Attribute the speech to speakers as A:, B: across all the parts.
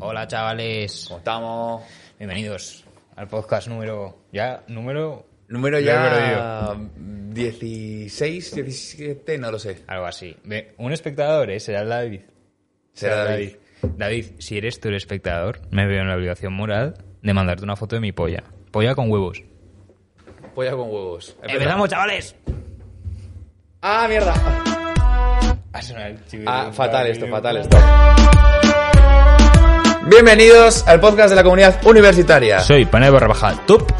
A: Hola chavales,
B: ¿Cómo estamos?
A: bienvenidos al podcast número ya número
B: Número
A: Lo he
B: ya 16, 17, no lo sé.
A: algo así. Ve, Un espectador, ¿eh? será el David.
B: Será David.
A: David. David, si eres tú el espectador, me veo en la obligación moral de mandarte una foto de mi polla. Polla con huevos. ¡Eh,
B: Polla con huevos.
A: Empezamos chavales.
B: ¡Ah, mierda! Ah, fatal esto, fatal esto. Bienvenidos al podcast de la comunidad universitaria.
A: Soy panel barra baja top.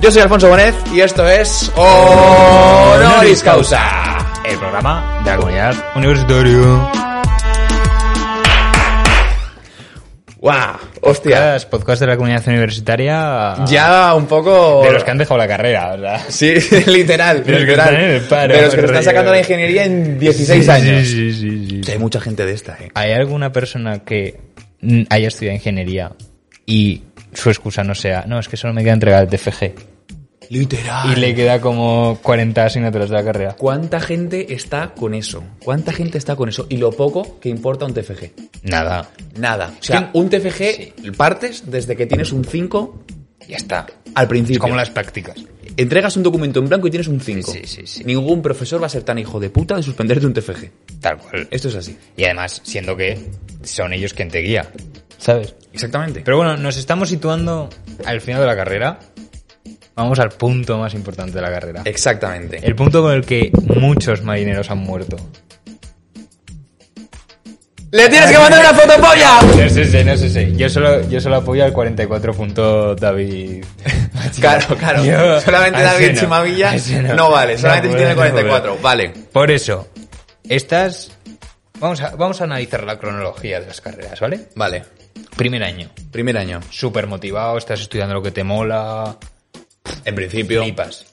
B: Yo soy Alfonso Bonet y esto es Honoris Causa.
A: El programa de la comunidad universitario.
B: ¡Guau! ¡Hostia!
A: Podcast, podcast de la comunidad universitaria.
B: Ya un poco...
A: De los que han dejado la carrera, o sea.
B: Sí, literal,
A: De los que
B: literal.
A: están en el paro,
B: de los que se están
A: Rodrigo.
B: sacando la ingeniería en 16
A: Sí,
B: años.
A: sí, sí, sí, sí.
B: Hay mucha gente de esta, eh.
A: ¿Hay alguna persona que mm, haya estudiado ingeniería y su excusa no sea, no, es que solo me queda entregar el TFG
B: Literal.
A: y le queda como 40 asignaturas de la carrera?
B: ¿Cuánta gente está con eso? ¿Cuánta gente está con eso? Y lo poco que importa un TFG.
A: Nada,
B: Nada. O sea, un TFG partes desde que tienes un 5
A: ya está.
B: al
A: Es
B: principio.
A: como las prácticas.
B: Entregas un documento en blanco y tienes un 5.
A: Sí, sí, sí.
B: Ningún profesor va a ser tan hijo de puta de suspenderte un TFG.
A: Tal cual.
B: Esto es así.
A: Y además, siendo que son ellos quien te guía. ¿Sabes?
B: Exactamente.
A: Pero bueno, nos estamos situando al final de la carrera. Vamos al punto más importante de la carrera.
B: Exactamente.
A: El punto con el que muchos marineros han muerto.
B: ¡Le tienes que mandar una fotopolla!
A: No sé, sé, no sé, sé. Yo solo, yo solo apoyo al 44 punto David.
B: Claro, claro.
A: Yo-
B: solamente
A: a
B: David
A: ese no, a
B: Chimavilla
A: ese
B: no, vale. Solamente
A: No,
B: tiene
A: bueno, no,
B: 44. Vale.
A: bueno. Por eso, estas... Vamos a, vamos a analizar la cronología de las carreras, ¿vale?
B: Vale.
A: Primer año.
B: Primer año.
A: Súper motivado, estás estudiando lo que te mola,
B: En principio.
A: flipas.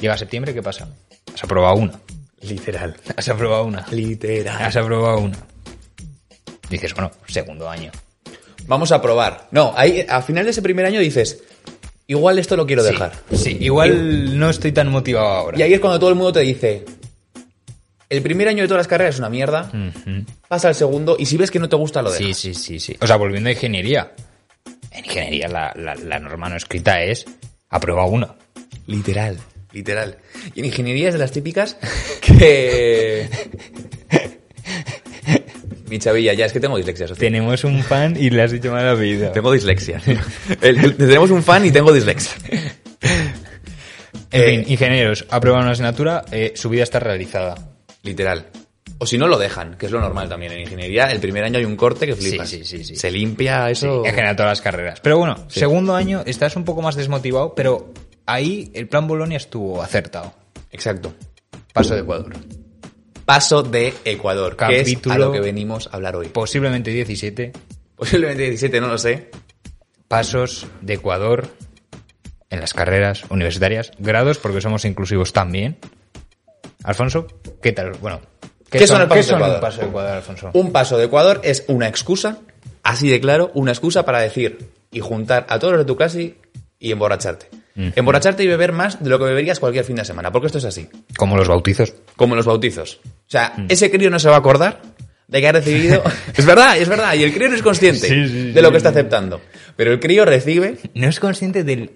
A: Llega septiembre, ¿qué pasa? Has aprobado una.
B: Literal.
A: Has aprobado una.
B: Literal.
A: Has aprobado una. Dices, bueno, segundo año.
B: Vamos a probar. No, ahí a final de ese primer año dices, igual esto lo quiero dejar.
A: Sí, sí, igual no estoy tan motivado ahora.
B: Y ahí es cuando todo el mundo te dice, el primer año de todas las carreras es una mierda,
A: Ujú.
B: pasa al segundo y si ves que no te gusta lo
A: Sí,
B: dejas.
A: sí, sí, sí. O sea, volviendo a ingeniería. En ingeniería la, la- la norma no escrita es aprueba una.
B: Literal, literal. Y en ingeniería es de las típicas que... Mi chavilla, ya es que tengo dislexia. socio.
A: Tenemos un fan y le has dicho mal apellido.
B: Tengo dislexia. El- el- tenemos un fan y tengo dislexia.
A: En
B: Eh,
A: fin, ingenieros, aprueban una asignatura, eh, su vida está realizada.
B: Literal. O si no lo dejan, que es lo normal también. En ingeniería, el primer año hay un corte que flipas.
A: Sí, sí, sí, sí.
B: Se limpia eso.
A: En general, todas las carreras. Pero bueno, segundo año estás un poco más desmotivado, pero ahí el plan Bolonia estuvo acertado.
B: Exacto.
A: Paso de Ecuador.
B: Paso de Ecuador, que es a
A: Capítulo-
B: lo que venimos a hablar hoy.
A: Posiblemente 17.
B: Posiblemente 17, no lo sé.
A: Pasos de Ecuador en las carreras universitarias. Grados, porque somos inclusivos también. Alfonso, ¿qué tal? Bueno,
B: ¿Qué son el paso
A: ¿qué
B: de
A: son
B: Ecuador?
A: un paso de Ecuador, Alfonso?
B: Un paso de Ecuador es una excusa, así de claro, una excusa para decir y juntar a todos los de tu clase y emborracharte. Emborracharte y beber más de lo que beberías cualquier fin de semana, porque esto es así,
A: Como los Mm. bautizos.
B: como en los bautizos. O sea, ese crío no se va a acordar de que ha recibido... es verdad, es verdad, y el crío no es consciente
A: Sí, sí,
B: de lo
A: sí,
B: que está aceptando. Pero el crío recibe
A: No es consciente del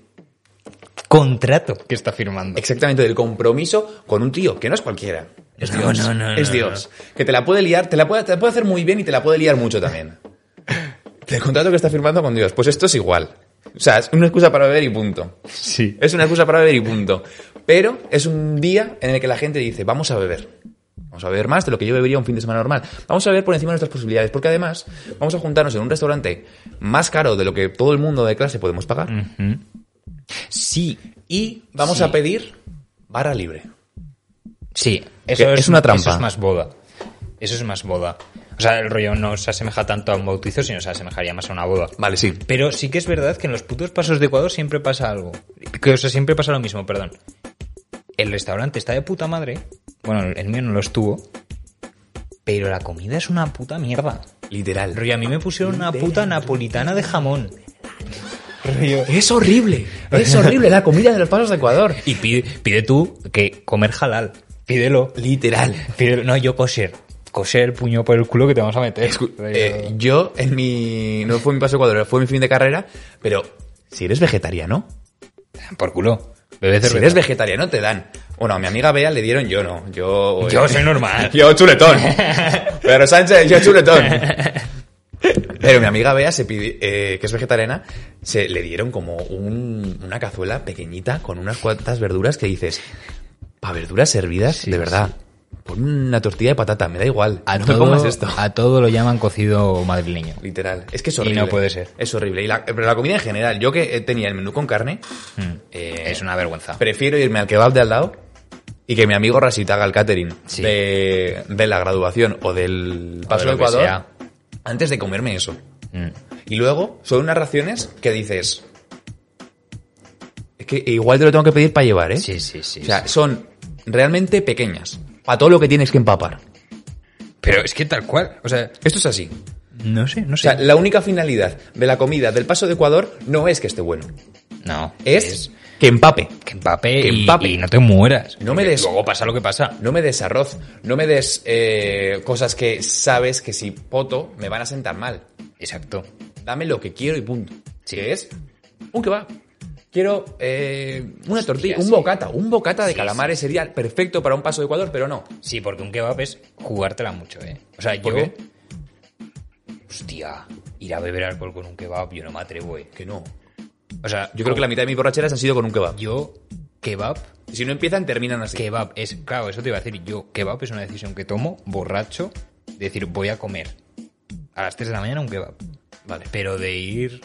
A: contrato que está firmando.
B: Exactamente, del compromiso con un tío que no es cualquiera. Es
A: No,
B: Dios.
A: no, no,
B: es
A: no,
B: Dios. Que te la puede liar, te la puede, te la puede hacer muy bien y te la puede liar mucho también. El contrato que está firmando con Dios. Pues esto es igual. O sea, es una excusa para beber y punto.
A: Sí.
B: Es una excusa para beber y punto. Pero es un día en el que la gente dice, vamos a beber. Vamos a beber más de lo que yo bebería un fin de semana normal. Vamos a beber por encima de nuestras posibilidades, porque además vamos a juntarnos en un restaurante más caro de lo que todo el mundo de clase podemos pagar.
A: Sí.
B: Y vamos
A: Sí.
B: a pedir barra libre.
A: Sí. Eso
B: Que
A: es,
B: es una trampa.
A: Eso es más boda. Eso es más boda. O sea, el rollo no se asemeja tanto a un bautizo, sino se asemejaría más a una boda.
B: Vale, sí.
A: Pero sí que es verdad que en los putos pasos de Ecuador siempre pasa algo. Que, o sea, siempre pasa lo mismo, perdón. El restaurante está de puta madre. Bueno, el mío no lo estuvo. Pero la comida es una puta mierda.
B: Literal.
A: Rollo, a mí me pusieron una puta napolitana de jamón. Rollo.
B: Es horrible, es horrible la comida de los pasos de Ecuador.
A: Y pide, pide tú que comer halal. Pídelo.
B: Literal.
A: Pídelo. No, yo kosher. coser puño por el culo que te vamos a meter.
B: Escu- eh, yo, en mi. No fue mi paso cuadro, fue mi fin de carrera, pero si eres vegetariano,
A: por culo. Bebé
B: si
A: cerveza.
B: eres vegetariano te dan. Bueno, a mi amiga Bea le dieron yo no. Yo.
A: Yo soy normal.
B: Yo chuletón. Pero Sánchez, yo chuletón. Pero mi amiga Bea, se pidi- eh, que es vegetariana, se le dieron como un- una cazuela pequeñita con unas cuantas verduras que dices, para verduras hervidas,
A: Sí,
B: de verdad, pon una tortilla de patata, me da igual,
A: A
B: no
A: todo,
B: me comas esto.
A: A todo lo llaman cocido madrileño.
B: Literal, es que es
A: Y no
B: horrible.
A: puede ser.
B: Es horrible. Y la- pero la comida en general, yo que eh, tenía el menú con carne,
A: Mm.
B: eh,
A: es una vergüenza.
B: prefiero irme al kebab de al lado y que mi amigo Rasita haga el catering
A: Sí.
B: de, de la graduación o del paso
A: lo
B: de
A: que
B: Ecuador
A: sea.
B: antes de comerme eso.
A: Mm.
B: Y luego son unas raciones que dices... Es que igual te lo tengo que pedir para llevar, ¿eh?
A: Sí, sí, sí.
B: o sea, son realmente pequeñas. Para todo lo que tienes que empapar.
A: sí. Pero es que tal cual. O sea,
B: Esto es así.
A: no sé, no
B: O
A: sé.
B: sea, la única finalidad de la comida del paso de Ecuador no es que esté bueno.
A: no.
B: Es, que empape.
A: que empape,
B: que
A: y-
B: empape.
A: Y, no te mueras.
B: No me des-
A: Luego pasa lo que pasa.
B: No me des arroz. No me des eh, cosas que sabes que si poto me van a sentar mal.
A: Exacto.
B: Dame lo que quiero y punto.
A: Sí.
B: Que es un kebab. Quiero eh, una tortilla, un
A: sí.
B: bocata. Un bocata de
A: Sí,
B: calamares sería perfecto para un paso de Ecuador, pero no.
A: Sí, porque un kebab es jugártela mucho, ¿eh? O sea, yo.
B: ¿Por qué?
A: Hostia, ir a beber alcohol con un kebab, yo no me atrevo, ¿eh?
B: Que no.
A: O sea,
B: Yo creo que la mitad de mis borracheras han sido con un kebab.
A: Yo, kebab,
B: Si no empiezan, terminan así.
A: kebab es. Claro, eso te iba a decir. Yo, kebab es una decisión que tomo, borracho, de decir, voy a comer a las 3 de la mañana un kebab.
B: Vale.
A: Pero de ir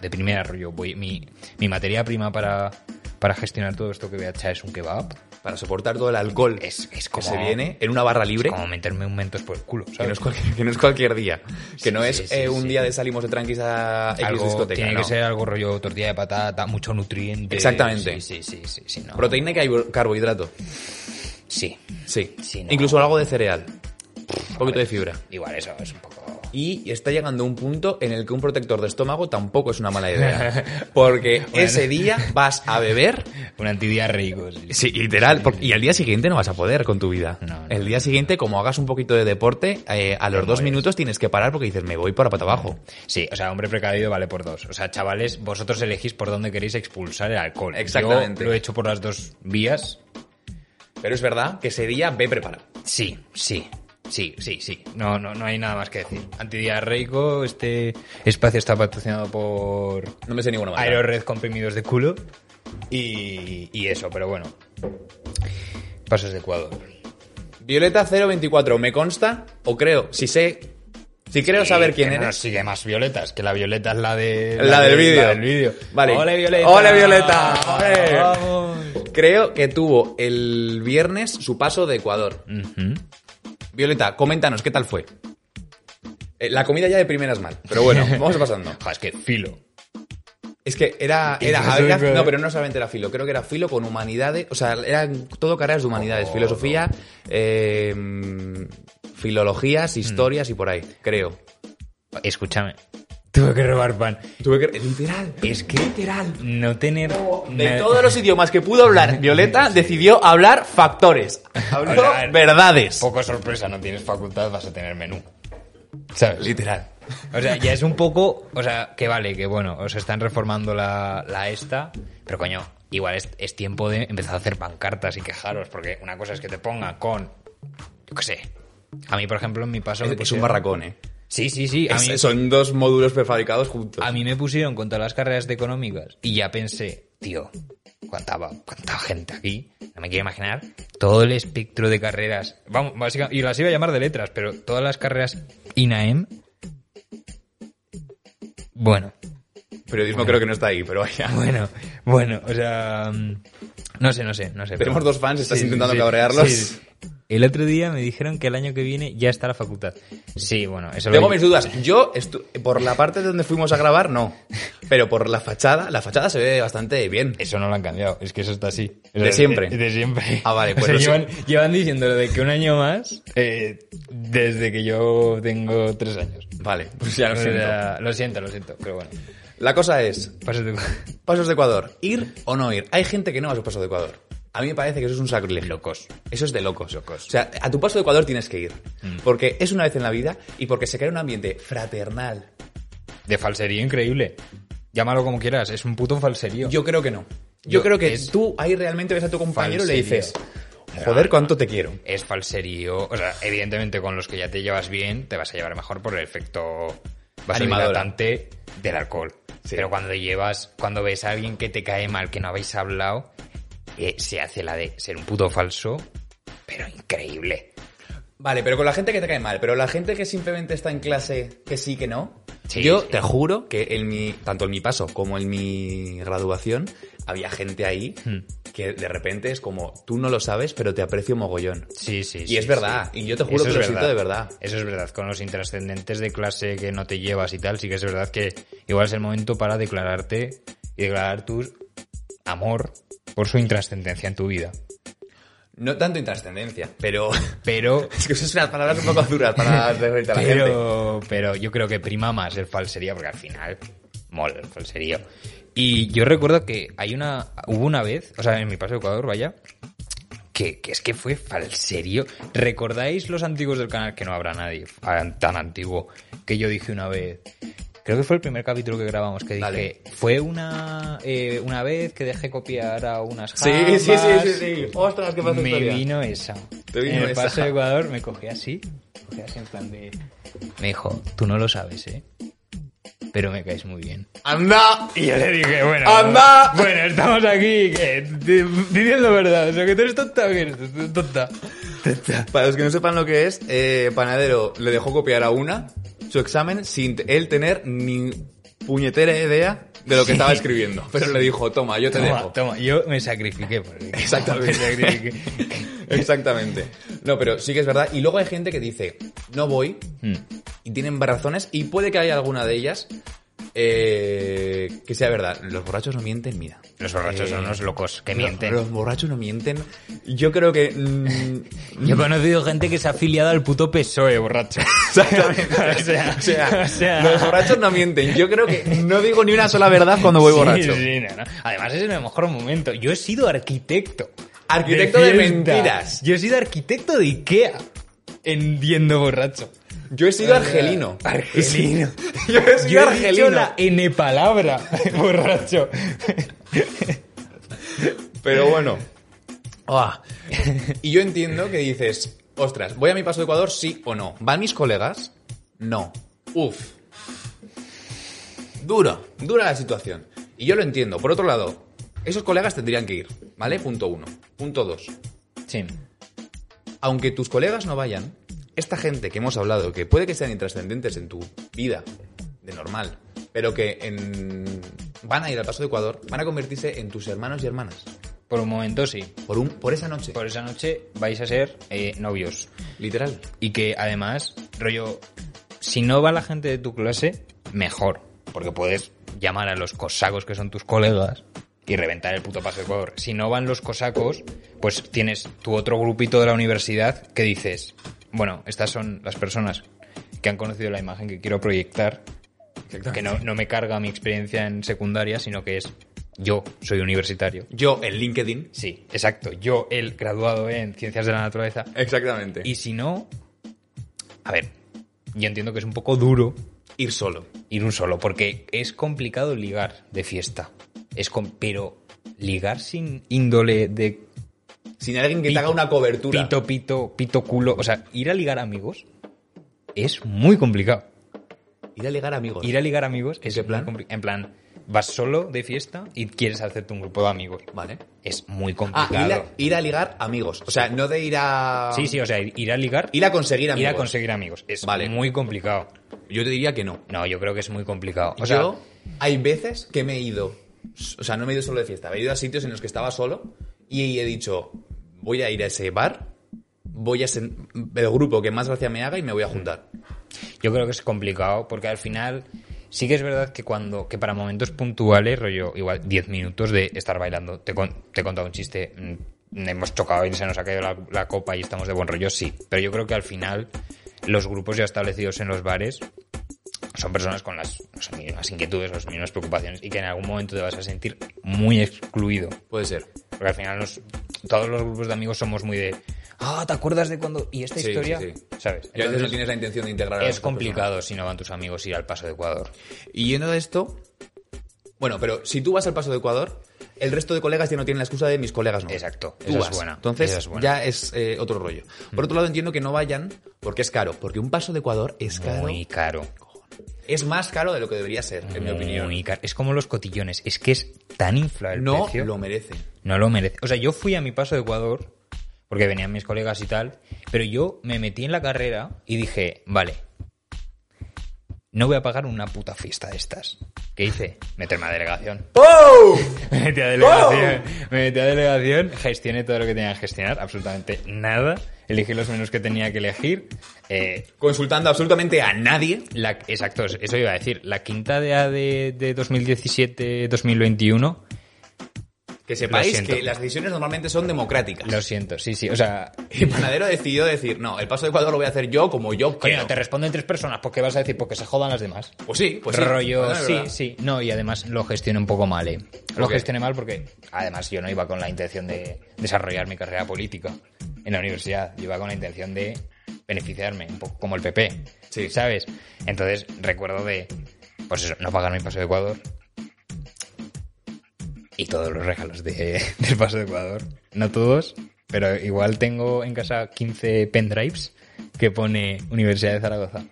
A: de primera rollo, voy, mi, mi materia prima para, para gestionar todo esto que voy a echar es un kebab.
B: Para soportar todo el alcohol
A: Es, es
B: que
A: como.
B: se viene en una barra libre.
A: Como meterme un mentos por el culo,
B: Que no,
A: ¿sabes?
B: es cualquier, que no es cualquier día. Que
A: Sí,
B: no
A: sí,
B: es
A: sí,
B: eh, un
A: sí.
B: día de salimos de tranquis a X
A: Algo-
B: discoteca.
A: tiene
B: no.
A: que ser algo rollo tortilla de patata, mucho nutriente.
B: Exactamente.
A: Sí, sí, sí, sí, sí, no.
B: Proteína y carbo- carbohidrato.
A: Sí.
B: Sí.
A: Sí, no.
B: Incluso algo de cereal. Un poquito de fibra.
A: Igual eso es un poco.
B: Y está llegando un punto en el que un protector de estómago tampoco es una mala idea. Porque ese día vas a beber.
A: Un antidiarreico, sí.
B: Sí, literal. porque- y al día siguiente no vas a poder con tu vida.
A: No, no,
B: el día siguiente, como hagas un poquito de deporte, eh, a los dos minutos tienes que parar porque dices, me voy para pata abajo.
A: Sí, o sea, hombre precavido vale por dos. O sea, chavales, vosotros elegís por dónde queréis expulsar el alcohol.
B: Exactamente.
A: Yo lo he hecho por las dos vías.
B: Pero es verdad que ese día ve preparado.
A: Sí, sí. Sí, sí, sí. No, no, no hay nada más que decir. Antidiarreico, este espacio está patrocinado por
B: No me sé ninguna manera.
A: Aerored comprimidos de culo. Y, y eso, pero bueno. Pasos de Ecuador.
B: Violeta 024, ¿me consta? O creo, si sé, si creo saber quién
A: Que no
B: eres.
A: nos sigue más violetas, que la violeta es la de
B: La del
A: de-
B: vídeo.
A: la del vídeo.
B: Vale.
A: ¡Ole, Violeta!
B: ¡Ole, Violeta! ¡Ole!
A: ¡Vamos!
B: Creo que tuvo el viernes su paso de Ecuador.
A: Ujú.
B: Violeta, coméntanos, ¿qué tal fue? Eh, la comida ya de primeras mal, pero bueno, vamos pasando.
A: Joder, es que filo.
B: Es que era, era,
A: Eso es
B: era-
A: verdad.
B: no, pero no solamente era filo, creo que era filo con humanidades, o sea, eran todo carreras de humanidades,
A: Oh,
B: filosofía, eh, filologías, historias y por ahí, creo.
A: Escúchame. Tuve que robar pan.
B: Tuve que, literal,
A: Es que
B: literal.
A: no tener.
B: De
A: na-
B: todos los idiomas que pudo hablar, Violeta decidió hablar factores. Habló
A: Hablar.
B: verdades.
A: Poco sorpresa, no tienes facultad, vas a tener menú. ¿Sabes?
B: Literal.
A: O sea, ya es un poco. O sea, que vale, que bueno, os están reformando la, la esta. Pero coño, igual es, es tiempo de empezar a hacer pancartas y quejaros. Porque una cosa es que te ponga con. Yo qué sé. A mí, por ejemplo, en mi paso. me
B: Es un
A: pusieron-
B: barracón, ¿eh?
A: Sí, sí, sí. A
B: Es-
A: mí,
B: son dos módulos prefabricados juntos.
A: A mí me pusieron con todas las carreras de económicas y ya pensé, tío, cuánta, va- cuánta gente aquí. No me quiero imaginar todo el espectro de carreras. Vamos, básicamente, y las iba a llamar de letras, pero todas las carreras INAEM. Bueno,
B: Periodismo creo que no está ahí, pero vaya.
A: bueno, bueno, o sea. mm, No sé, no sé, no sé.
B: Tenemos
A: pero-
B: dos fans, estás intentando
A: sí,
B: cabrearlos.
A: sí. El otro día me dijeron que el año que viene ya está la facultad. Sí, bueno, eso
B: Tengo
A: lo
B: mis dudas. Yo, estu- por la parte de donde fuimos a grabar, no. Pero por la fachada, la fachada se ve bastante bien.
A: Eso no lo han cambiado, es que eso está así. O
B: De siempre.
A: De, de siempre.
B: Ah, vale,
A: O
B: pues
A: sea,
B: lo sé.
A: llevan, llevan diciéndolo de que un año más eh, desde que yo tengo tres años.
B: Vale, pues ya lo
A: O sea,
B: siento.
A: lo siento, lo siento, pero bueno.
B: La cosa es,
A: Pásate.
B: Pasos de Ecuador, ¿ir o no ir? Hay gente que no va a su paso de Ecuador. A mí me parece que eso es un sacrilegio.
A: Locos.
B: Eso es de locos.
A: Locos. Mm.
B: O sea, a tu paso de Ecuador tienes que ir. Porque es una vez en la vida y porque se crea un ambiente fraternal.
A: De falserío increíble. Llámalo como quieras, es un puto falserío.
B: Yo creo que no. Yo,
A: Yo-
B: creo que
A: es-
B: tú ahí realmente ves a tu compañero y le
A: Falserío.
B: dices, joder, cuánto te quiero.
A: es falserío. O sea, evidentemente con los que ya te llevas bien, te vas a llevar mejor por el efecto vasodilatante del alcohol.
B: Sí.
A: Pero cuando llevas, cuando ves a alguien que te cae mal, que no habéis hablado, eh, se hace la de ser un puto falso, pero increíble.
B: Vale, pero con la gente que te cae mal, pero la gente que simplemente está en clase que sí, que no.
A: Sí,
B: yo
A: sí.
B: te juro que en mi, tanto en mi paso como en mi graduación, había gente ahí
A: Hmm.
B: que de repente es como, tú no lo sabes, pero te aprecio mogollón.
A: Sí, sí.
B: Y
A: sí,
B: es verdad,
A: sí.
B: y yo te juro que lo siento de verdad.
A: Eso es verdad, con los intrascendentes de clase que no te llevas y tal, sí que es verdad que igual es el momento para declararte y declarar tu amor por su intrascendencia en tu vida.
B: No tanto intrascendencia, pero...
A: Pero
B: Es que esas son unas palabras un poco duras para referirte a la gente.
A: pero, pero yo creo que prima más el falserío, porque al final mola el falserío. Y yo recuerdo que hay una, hubo una vez, o sea, en mi paso de Ecuador, vaya, que, que es que fue falserío. ¿Recordáis los antiguos del canal? Que no habrá nadie ah, tan antiguo que yo dije una vez. Creo que fue el primer capítulo que grabamos que dije,
B: Dale.
A: fue una, eh, una vez que dejé copiar a unas
B: Sí,
A: jambas,
B: sí, sí, sí, sí. Ostras, qué pasa
A: me
B: historia.
A: vino esa.
B: Te vino
A: en el
B: esa.
A: paso de Ecuador me cogí así. me cogí así en plan de- Me dijo, tú no lo sabes, ¿eh? Pero me caes muy bien.
B: ¡Anda!
A: Y yo le dije, bueno.
B: ¡Anda!
A: Bueno, estamos aquí, que, di- diciendo verdad. O sea, que tú eres tonta o que eres tonta. tonta.
B: Para los que no sepan lo que es, eh, Panadero le dejó copiar a una su examen sin t- él tener ni puñetera idea de lo que estaba escribiendo. Pero le dijo, toma, yo te
A: Toma,
B: dejo.
A: toma, yo me sacrifiqué por el-
B: Exactamente.
A: Me sacrifiqué.
B: Exactamente. No, pero sí que es verdad. Y luego hay gente que dice, no voy,
A: Mm.
B: y tienen razones, y puede que haya alguna de ellas eh, que sea verdad. Los borrachos no mienten, mira.
A: Los borrachos
B: Eh,
A: son unos locos que
B: no,
A: mienten.
B: los borrachos no mienten. Yo creo que... mm,
A: Yo he conocido gente que se ha afiliado al puto PSOE, borracho. Exactamente. o sea,
B: O sea, los borrachos no mienten. Yo creo que no digo ni una sola verdad cuando voy
A: Sí,
B: borracho.
A: sí, no, no. Además es en el mejor momento. Yo he sido arquitecto.
B: Arquitecto de
A: fiesta.
B: mentiras.
A: Yo he sido arquitecto de Ikea. Entiendo borracho.
B: Yo he sido argelino.
A: Argelino.
B: Yo he sido
A: Yo he
B: argelino.
A: dicho la N palabra, borracho.
B: Pero bueno. Ah. Y yo entiendo que dices, ostras, ¿voy a mi paso de Ecuador sí o no? ¿Van mis colegas? No. Uf. Duro, dura la situación. Y yo lo entiendo. Por otro lado, esos colegas tendrían que ir, ¿vale? Punto uno. Punto dos.
A: Sí.
B: aunque tus colegas no vayan, esta gente que hemos hablado, que puede que sean intrascendentes en tu vida de normal, pero que en- van a ir al paso de Ecuador, van a convertirse en tus hermanos y hermanas.
A: Por un momento sí.
B: Por, un, por esa noche,
A: Por esa noche vais a ser eh, novios.
B: literal.
A: Y que además, rollo, si no va la gente de tu clase, mejor. Porque puedes llamar a los cosacos que son tus colegas y reventar el puto paso de Ecuador. Si no van los cosacos, pues tienes tu otro grupito de la universidad que dices, bueno, estas son las personas que han conocido la imagen que quiero proyectar, que no, no me carga mi experiencia en secundaria, sino que es yo soy universitario.
B: Yo en LinkedIn.
A: Sí, exacto. Yo, el graduado en ciencias de la naturaleza,
B: Exactamente.
A: y si no, a ver, yo entiendo que es un poco duro
B: ir solo.
A: ir un solo, porque es complicado ligar de fiesta. Es com- pero ligar sin índole de
B: Sin alguien que te
A: Pito.
B: haga una cobertura.
A: pito, pito, pito, culo. O sea, ir a ligar amigos es muy complicado.
B: Ir a ligar amigos.
A: Ir a ligar amigos es
B: Pues qué
A: muy
B: plan?
A: compli- En plan, vas solo de fiesta y quieres hacerte un grupo de amigos.
B: Vale.
A: Es muy
B: Ah,
A: complicado.
B: ir a, ir a ligar amigos. O sea, no de ir a...
A: Sí, sí, o sea, ir a ligar,
B: Ah. Ir a conseguir
A: ir
B: amigos.
A: a conseguir amigos. Es
B: Vale.
A: muy complicado.
B: Yo te diría que no.
A: No, yo creo que es muy complicado. O sea,
B: yo, hay veces que me he ido, o sea, no me he ido solo de fiesta, me he ido a sitios en los que estaba solo y he dicho, voy a ir a ese bar, voy a ser el grupo que más gracia me haga y me voy a juntar.
A: Yo creo que es complicado porque al final sí que es verdad que cuando que para momentos puntuales, rollo igual 10 minutos de estar bailando, te, con- te he contado un chiste, mm, hemos chocado y se nos ha caído la, la copa y estamos de buen rollo, sí, pero yo creo que al final los grupos ya establecidos en los bares son personas con las, las mismas inquietudes, las mismas preocupaciones y que en algún momento te vas a sentir muy excluido.
B: Puede ser.
A: Porque al final nos, todos los grupos de amigos somos muy de, ah, ¿te acuerdas de cuando? Y esta
B: Sí,
A: historia,
B: sí, sí.
A: ¿sabes?
B: Y a veces no
A: Entonces,
B: tienes la intención de integrar a las
A: es
B: otras
A: complicado si no van tus amigos ir al paso de Ecuador.
B: personas. Y yendo de esto. Bueno, pero si tú vas al paso de Ecuador, el resto de colegas ya no tienen la excusa de mis colegas no.
A: Exacto.
B: Tú
A: Esa es
B: vas.
A: buena.
B: Entonces
A: Esa es buena. Mm.
B: ya es eh, otro rollo. Por otro lado, entiendo que no vayan porque es caro. Porque un paso de Ecuador es caro.
A: Muy caro.
B: Es más caro de lo que debería ser, en mi opinión.
A: Muy caro. Es como los cotillones, es que es tan infla el
B: No
A: precio.
B: lo merecen.
A: No lo merece. O sea, yo fui a mi paso de Ecuador, porque venían mis colegas y tal, pero yo me metí en la carrera y dije, vale, no voy a pagar una puta fiesta de estas. ¿Qué hice? Meterme a delegación. ¡Oh! Me metí a
B: ¡Oh!
A: delegación. Me metí a delegación, gestioné todo lo que tenía que gestionar, absolutamente nada. Elegí los menús que tenía que elegir. Eh,
B: Consultando absolutamente a nadie.
A: la- exacto, eso iba a decir. La quinta de, A de, de 2017-2021
B: Que
A: Lo
B: sepáis
A: siento.
B: que las decisiones normalmente son democráticas.
A: Lo siento, sí, sí. O sea,
B: Y Panadero decidió decir, no, el paso de Ecuador lo voy a hacer yo como yo
A: coño,
B: quiero.
A: te responden tres personas, ¿por qué vas a decir? Porque se jodan las demás.
B: Pues sí, pues sí.
A: rollo,
B: Bueno, es
A: sí,
B: verdad.
A: sí. No, y además lo gestioné un poco mal, eh. Lo
B: Ok.
A: gestioné mal porque, además, yo no iba con la intención de desarrollar mi carrera política en la universidad. Yo iba con la intención de beneficiarme, un poco como el PP.
B: Sí.
A: ¿Sabes? Entonces, recuerdo de, pues eso, no pagar mi paso de Ecuador. Y todos los regalos de, del paso de Ecuador. No todos, pero igual tengo en casa 15 pendrives que pone Universidad de Zaragoza.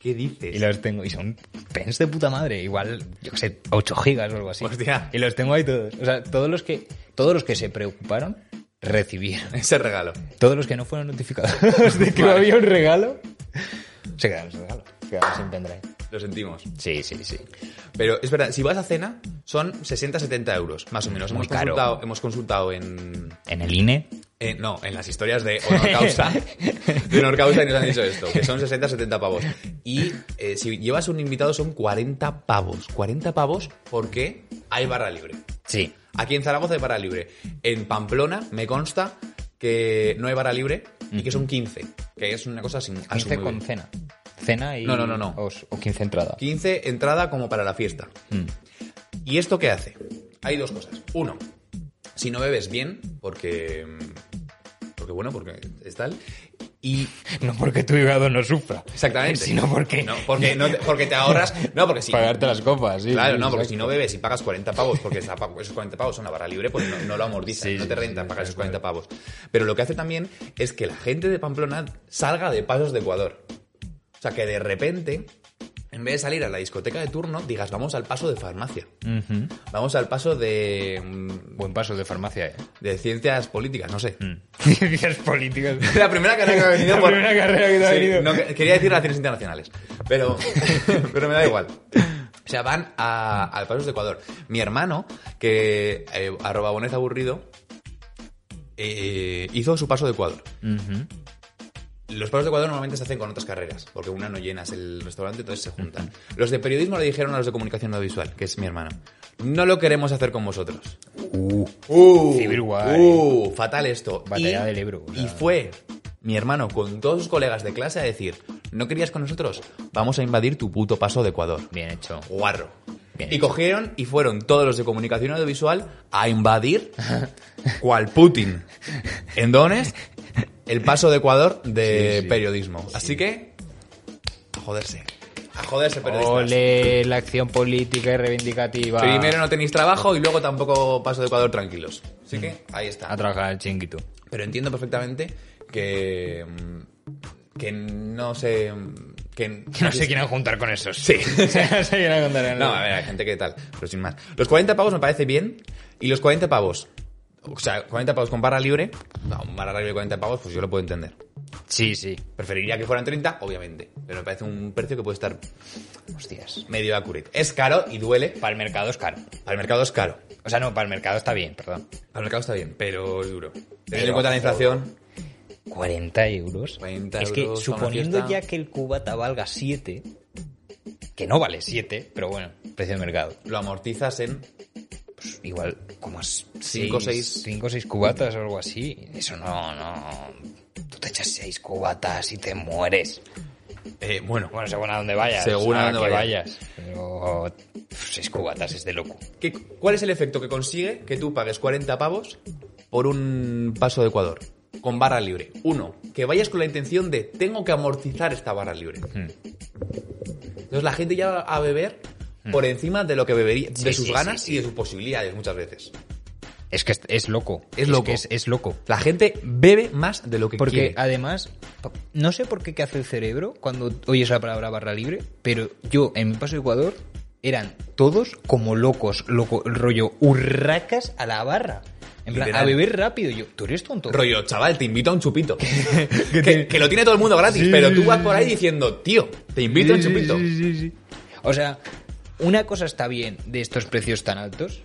B: ¿Qué dices?
A: Y los tengo, y son pens de puta madre, igual, yo qué sé, 8 gigas o algo así.
B: Hostia.
A: Y los tengo ahí todos. O sea, todos los que, todos los que se preocuparon, recibieron.
B: Ese regalo.
A: Todos los que no fueron notificados de que
B: Vale.
A: había un regalo, se quedaron sin regalo. Se quedaron sin pendrive.
B: Lo sentimos.
A: Sí, sí, sí.
B: Pero es verdad, si vas a cena, son 60-70 euros, más o menos.
A: Muy
B: Hemos
A: caro.
B: consultado, hemos consultado en,
A: En el E. INE,
B: en- Eh, No, en las historias de Honor Causa. de Honor Causa y nos han dicho esto, que son 60-70 pavos. Y eh, si llevas un invitado son 40 pavos. 40 pavos porque hay barra libre.
A: sí.
B: Aquí en Zaragoza hay barra libre. En Pamplona me consta que no hay barra libre y que son 15, que es una cosa sin
A: 15
B: asumible.
A: con cena. Cena y.
B: Ah, No, no, no, no.
A: O, o 15 entradas.
B: 15 entrada como para la fiesta. ¿Y esto qué hace? Hay dos cosas. Uno, si no bebes bien, porque mm, porque bueno, porque es tal y
A: No porque tu hígado no sufra.
B: exactamente,
A: Sino porque.
B: no, porque no te, porque te ahorras, no, porque si
A: Pagarte las copas, sí.
B: Claro,
A: sí,
B: no, porque
A: exacto.
B: si no bebes y pagas 40 pavos, porque esa pa- esos 40 pavos son la barra libre, pues no, no lo amortizas,
A: Sí,
B: no te
A: sí,
B: renta
A: sí,
B: pagar
A: sí,
B: esos 40 pavos. Pero lo que hace también es que la gente de Pamplona salga de pasos de Ecuador. O sea, que de repente, en vez de salir a la discoteca de turno, digas, vamos al paso de farmacia.
A: Ujú.
B: Vamos al paso de, mm,
A: Buen paso de farmacia, eh.
B: de ciencias políticas, no
A: Mm.
B: sé.
A: Ciencias políticas.
B: La primera carrera que me ha venido.
A: La
B: por-
A: primera carrera que te ha
B: Sí,
A: venido.
B: no, que- quería decir relaciones internacionales, pero, pero me da igual. O sea, van a, al Pasos de Ecuador. Mi hermano, que eh, arroba bonez aburrido, eh, hizo su paso de Ecuador. Los pasos de Ecuador normalmente se hacen con otras carreras, porque una no llenas el restaurante, entonces se juntan. Los de periodismo le dijeron a los de comunicación audiovisual, que es mi hermano, no lo queremos hacer con vosotros. Uh,
A: Civil War. eh.
B: uh, fatal esto.
A: Batalla
B: Y-
A: del Ebro, o sea.
B: Y fue mi hermano con todos sus colegas de clase a decir, ¿no querías con nosotros? Vamos a invadir tu puto paso de Ecuador.
A: Bien hecho.
B: Guarro.
A: Bien
B: y
A: hecho.
B: cogieron y fueron todos los de comunicación audiovisual a invadir, cual Putin, en Donetsk, el paso de Ecuador de
A: Sí, sí.
B: periodismo. Así que, a joderse. A joderse, periodistas.
A: Ole, la acción política y reivindicativa.
B: Primero no tenéis trabajo y luego tampoco paso de Ecuador tranquilos. Así que, ahí está.
A: Mm. a trabajar el chinguito.
B: Pero entiendo perfectamente que. mm, que no sé. mm, Que,
A: No se quieren juntar con esos. Sí. no se quieren juntar con
B: No, a ver, hay gente que tal, pero sin más. Los 40 pavos me parece bien. Y los 40 pavos. O sea, 40 pavos con barra libre. No, un barra libre de 40 pavos, pues yo lo puedo entender.
A: Sí, sí.
B: Preferiría que fueran 30, obviamente. Pero me parece un precio que puede estar
A: Hostias.
B: medio accurate. Es caro y duele.
A: Para el mercado es caro.
B: Para el mercado es caro.
A: O sea, no, para el mercado está bien, perdón.
B: Para el mercado está bien, pero es duro. Teniendo
A: Pero-
B: en cuenta la inflación.
A: 40 euros.
B: 40
A: es
B: euros
A: que
B: para una
A: suponiendo
B: fiesta.
A: ya que el cubata valga 7, que no vale 7, pero bueno, precio de mercado. pues
B: Lo amortizas en.
A: igual como
B: Cinco, seis.
A: 5 o 6 cubatas o algo así. Eso no, no. Tú te echas 6 cubatas y te mueres.
B: eh, bueno,
A: Bueno, según a dónde vayas.
B: Según a
A: a
B: dónde
A: que
B: vayas.
A: vayas. Pero 6 cubatas es de loco.
B: ¿Qué- ¿Cuál es el efecto que consigue que tú pagues 40 pavos por un paso de Ecuador con barra libre. Uno, que vayas con la intención de tengo que amortizar esta barra libre. Entonces la gente ya va a beber por encima de lo que bebería, de
A: Sí,
B: sus
A: sí,
B: ganas
A: sí, sí.
B: y de sus posibilidades muchas veces.
A: Es que es, es loco.
B: Es loco.
A: que es, es loco.
B: La gente bebe más de lo que
A: Porque
B: quiere.
A: además, pa- no sé por qué qué hace el cerebro cuando oyes la palabra barra libre, pero yo en mi paso de Ecuador eran todos como locos, loco, rollo, hurracas a la barra. En plan,
B: Literal.
A: a beber rápido. Yo, tú eres tonto.
B: Rollo, chaval, te invito a un chupito. que,
A: te-
B: que lo tiene todo el mundo gratis,
A: Sí,
B: pero tú
A: sí,
B: vas
A: sí,
B: por ahí diciendo, tío, te invito a un
A: Sí,
B: chupito.
A: sí, sí, sí. O sea, una cosa está bien de estos precios tan altos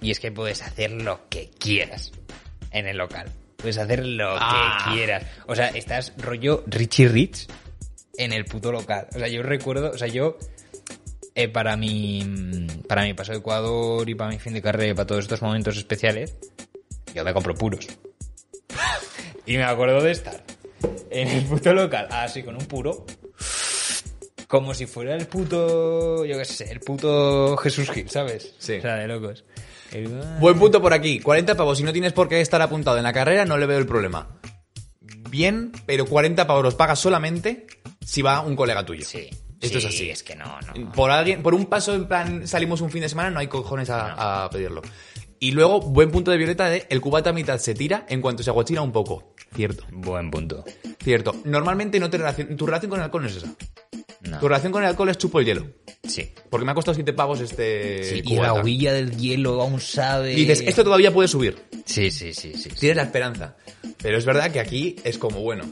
A: y es que puedes hacer lo que quieras en el local. Puedes hacer lo
B: Ah.
A: que quieras. O sea, estás rollo Richie Rich en el puto local. O sea, yo recuerdo, o sea, yo eh, para mi para mi paso de Ecuador y para mi fin de carrera y para todos estos momentos especiales, yo me compro puros. y me acuerdo de estar en el puto local, así con un puro, como si fuera el puto, yo qué sé, el puto Jesús Gil, ¿sabes?
B: Sí.
A: O sea, de locos. El-
B: Buen punto por aquí. 40 pavos. Si no tienes por qué estar apuntado en la carrera, no le veo el problema. Bien, pero 40 pavos los pagas solamente si va un colega tuyo.
A: Sí.
B: Esto
A: sí,
B: es así.
A: Es que no, no.
B: Por alguien, por un paso en plan salimos un fin de semana, no hay cojones a, a pedirlo. Y luego, buen punto de Violeta de el cubata a mitad se tira en cuanto se aguachina un poco. Cierto,
A: Buen punto.
B: cierto. Normalmente no te relacion- tu relación con el alcohol no es esa.
A: No.
B: Tu relación con el alcohol es chupo el hielo.
A: Sí.
B: Porque me ha costado 7 pavos este
A: Sí, y la
B: cubata.
A: huilla del hielo aún sabe.
B: Y dices, esto todavía puede subir.
A: Sí, sí, sí, sí. sí.
B: Tienes la esperanza. Pero es verdad que aquí es como, bueno,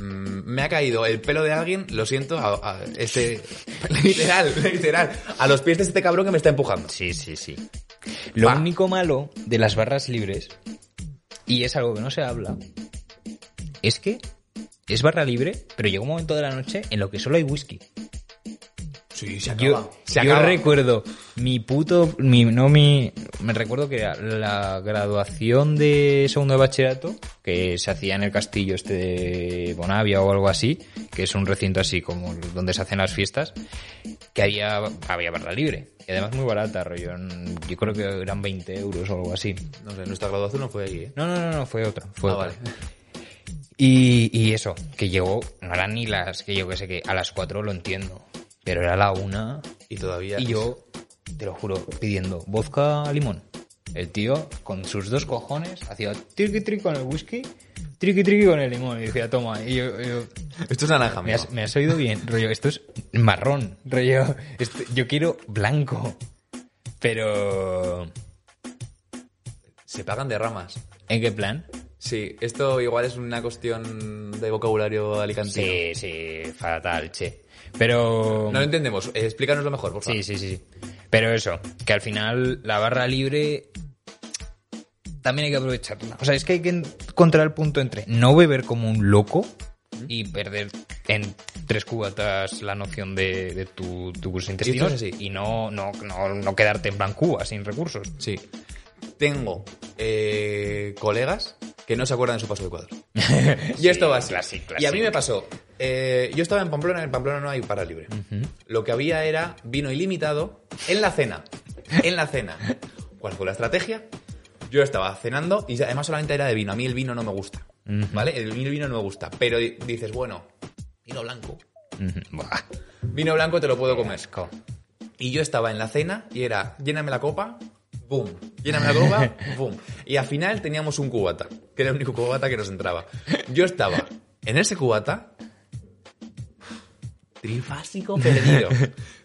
B: mm, me ha caído el pelo de alguien, lo siento, a, a este... literal, literal. A los pies de este cabrón que me está empujando.
A: Sí, sí, sí. Lo
B: Va.
A: único malo de las barras libres, y es algo que no se habla, es que es barra libre, pero llega un momento de la noche en lo que solo hay whisky.
B: Sí, se
A: Yo, yo recuerdo mi puto, mi, no mi, me recuerdo que era la graduación de segundo de bachillerato que se hacía en el castillo este de Bonavia o algo así, que es un recinto así como donde se hacen las fiestas, que había, había barra libre. Y además muy barata, rollo. en- Yo creo que eran 20 euros o algo así.
B: No sé, nuestra graduación no fue aquí, ¿eh?
A: No, no, no, no, fue otra. Fue
B: Ah,
A: otra.
B: vale.
A: Y, y eso, que llegó, no eran ni las que yo que sé que a las 4 lo entiendo, pero era la una
B: Y todavía...
A: y yo, te lo juro, pidiendo vodka limón. El tío, con sus dos cojones, hacía triqui triqui con el whisky, triqui triqui con el limón. Y decía, toma. Y yo, yo,
B: Esto es naranja,
A: me,
B: mira.
A: has, me has oído bien, rollo. Esto es marrón, rollo. esto- yo quiero blanco. Pero.
B: Se pagan de ramas.
A: ¿En qué plan?
B: Sí, esto igual es una cuestión de vocabulario alicantino.
A: Sí, sí, fatal, che. Pero.
B: No lo entendemos. Eh, Explícanos lo mejor, por
A: Sí,
B: favor.
A: sí, sí. sí. Pero eso, que al final la barra libre también hay que aprovecharla. O sea, es que hay que encontrar el punto entre no beber como un loco y perder en tres cubatas la noción de, de tu, tus intestinos
B: así.
A: y no, no, no, no quedarte en plan Cuba sin recursos.
B: Pues Sí. Tengo eh, colegas que no se acuerdan de su paso de cuadro. y esto va así.
A: classic, classic.
B: Y a mí me pasó. eh, yo estaba en Pamplona, en Pamplona no hay para libre. Lo que había era vino ilimitado en la cena. En la cena. ¿Cuál fue la estrategia? Yo estaba cenando y además solamente era de vino. A mí el vino no me gusta. ¿Vale? El vino, el vino no me gusta. Pero di- dices, bueno, vino blanco.
A: Ujú, buah,
B: Vino blanco te lo puedo comer.
A: asco.
B: Y yo estaba en la cena y era, lléname la copa, boom. Lléname la copa, boom. Y al final teníamos un cubata, que era el único cubata que nos entraba. Yo estaba en ese cubata, trifásico perdido.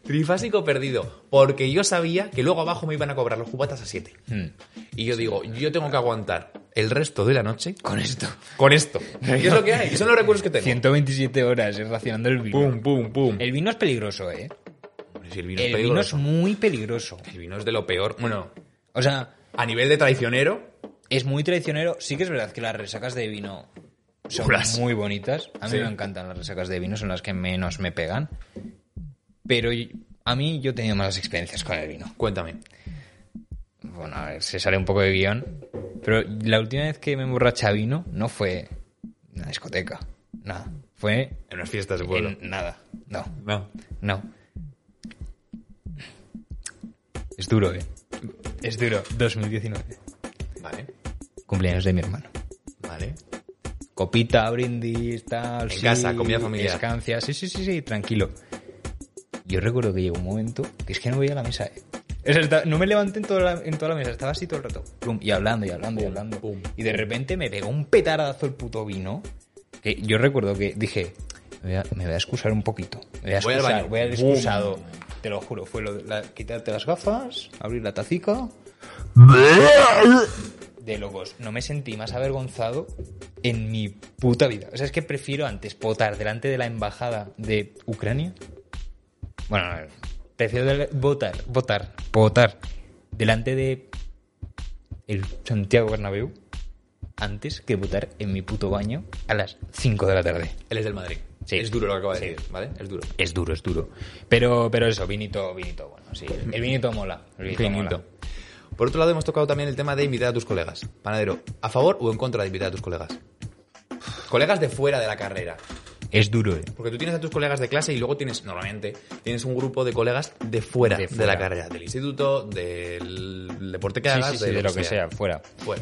B: Trifásico perdido. Porque yo sabía que luego abajo me iban a cobrar los cubatas a 7.
A: Mm.
B: Y yo digo, yo tengo que aguantar el resto de la noche
A: Con esto.
B: con esto. Y es lo que hay, y son los recursos que tengo.
A: 127 horas eh, racionando el vino.
B: Pum, pum, pum.
A: El vino es peligroso, ¿eh?
B: Si El vino, es
A: El vino es
B: peligroso.
A: muy peligroso.
B: El vino es de lo peor. Bueno,
A: O sea,
B: a nivel de traicionero,
A: Es muy traicionero. Sí que es verdad que las resacas de vino son
B: Duras.
A: muy bonitas. A mí
B: Sí.
A: me encantan las resacas de vino, son las que menos me pegan. Pero y- a mí yo he tenido malas experiencias con el vino.
B: Cuéntame.
A: Bueno, a ver, se sale un poco de guión. Pero la última vez que me emborracha vino no fue en una discoteca. Nada. Fue
B: En unas fiestas de
A: en nada. No,
B: No.
A: no. Es duro, ¿eh? Es duro. 2019.
B: Vale.
A: cumpleaños de mi hermano.
B: Vale.
A: Copita, brindis, tal.
B: En casa, comida familiar.
A: Escancia, sí, sí, sí, sí, tranquilo. Yo recuerdo que llegó un momento que es que no veía la mesa, eh. O sea, esta- no me levanté en toda, la, en toda la mesa, estaba así todo el rato. Plum, y hablando, y hablando, y hablando.
B: pum,
A: y de repente me pegó un petardazo el puto vino. Que yo recuerdo que dije, me voy a, me voy a excusar un poquito. Me voy a
B: Voy al
A: excusar, voy,
B: baño.
A: al
B: Boom.
A: excusado. Te lo juro, fue lo de la- quitarte las gafas, abrir la tacica. De locos, no me sentí más avergonzado en mi puta vida. O sea, es que prefiero antes votar delante de la embajada de Ucrania bueno, a ver, prefiero del- votar, votar, votar delante de el Santiago Bernabéu antes que votar en mi puto baño a las 5 de la tarde.
B: Él es del Madrid.
A: Sí.
B: Es duro lo que acaba de
A: Sí.
B: decir, ¿vale? Es duro.
A: Es duro, es duro. Pero, pero eso, vinito, vinito, bueno, sí. El vinito mola. El vinito, mola.
B: Finito. Por otro lado, hemos tocado también el tema de invitar a tus colegas. Panadero, ¿a favor o en contra de invitar a tus colegas? Colegas de fuera de la carrera.
A: Es duro, eh.
B: Porque tú tienes a tus colegas de clase y luego tienes, normalmente, tienes un grupo de colegas de fuera de,
A: De fuera.
B: la carrera, del instituto, del deporte que
A: Sí,
B: hagas,
A: sí, sí, de lo que sea, fuera.
B: Bueno,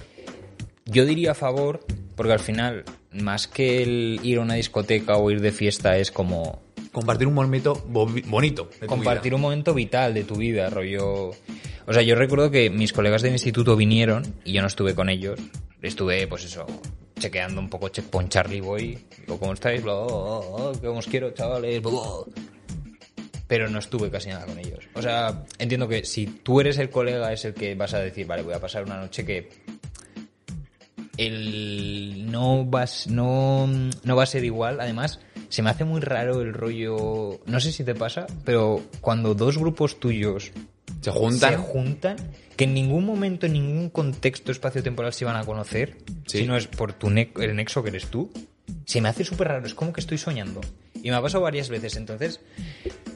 A: Yo diría a favor, porque al final, más que el ir a una discoteca o ir de fiesta, es como
B: compartir un momento bobi- bonito. de tu
A: compartir
B: vida.
A: un momento vital de tu vida, rollo. O sea, yo recuerdo que mis colegas del instituto vinieron y yo no estuve con ellos. Estuve, pues eso, chequeando un poco Checkpoint Charlie Boy. Digo, ¿cómo estáis? Bla, oh, bla, bla, bla, ¿Cómo os quiero, chavales? Bla, bla, bla. Pero no estuve casi nada con ellos. O sea, entiendo que si tú eres el colega, es el que vas a decir, vale, voy a pasar una noche que el no vas no no va a ser igual además se me hace muy raro el rollo no sé si te pasa pero cuando dos grupos tuyos
B: Se juntan.
A: se juntan que en ningún momento en ningún contexto espacio temporal se van a conocer
B: Sí.
A: si no es por tu ne- el nexo que eres tú se me hace súper raro es como que estoy soñando y me ha pasado varias veces entonces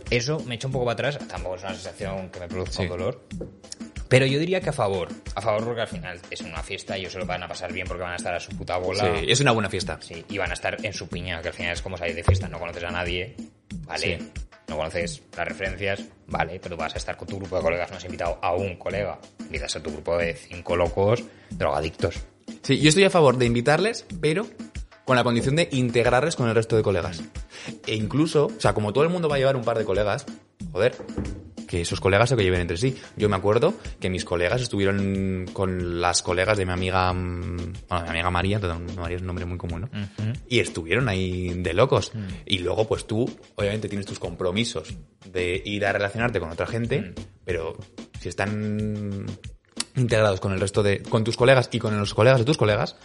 A: eso me echa un poco para atrás tampoco es una sensación que me produzca
B: Sí.
A: dolor pero yo diría que a favor. A favor porque al final es una fiesta y ellos se lo van a pasar bien porque van a estar a su puta bola.
B: Sí, es una buena fiesta.
A: Sí, y van a estar en su piña, que al final es como salir de fiesta. No conoces a nadie, ¿vale?
B: Sí.
A: No conoces las referencias, ¿vale? Pero vas a estar con tu grupo de colegas. No has invitado a un colega. Invitas a tu grupo de cinco locos drogadictos.
B: Sí, yo estoy a favor de invitarles, pero con la condición de integrarles con el resto de colegas. E incluso, o sea, como todo el mundo va a llevar un par de colegas, joder, que esos colegas se lo lleven entre sí. Yo me acuerdo que mis colegas estuvieron con las colegas de mi amiga, mm, bueno, de mi amiga María, perdón, María es un nombre muy común, ¿no? Y estuvieron ahí de locos. Y luego, pues tú, obviamente, tienes tus compromisos de ir a relacionarte con otra gente, pero si están integrados con el resto de. con tus colegas y con los colegas de tus colegas,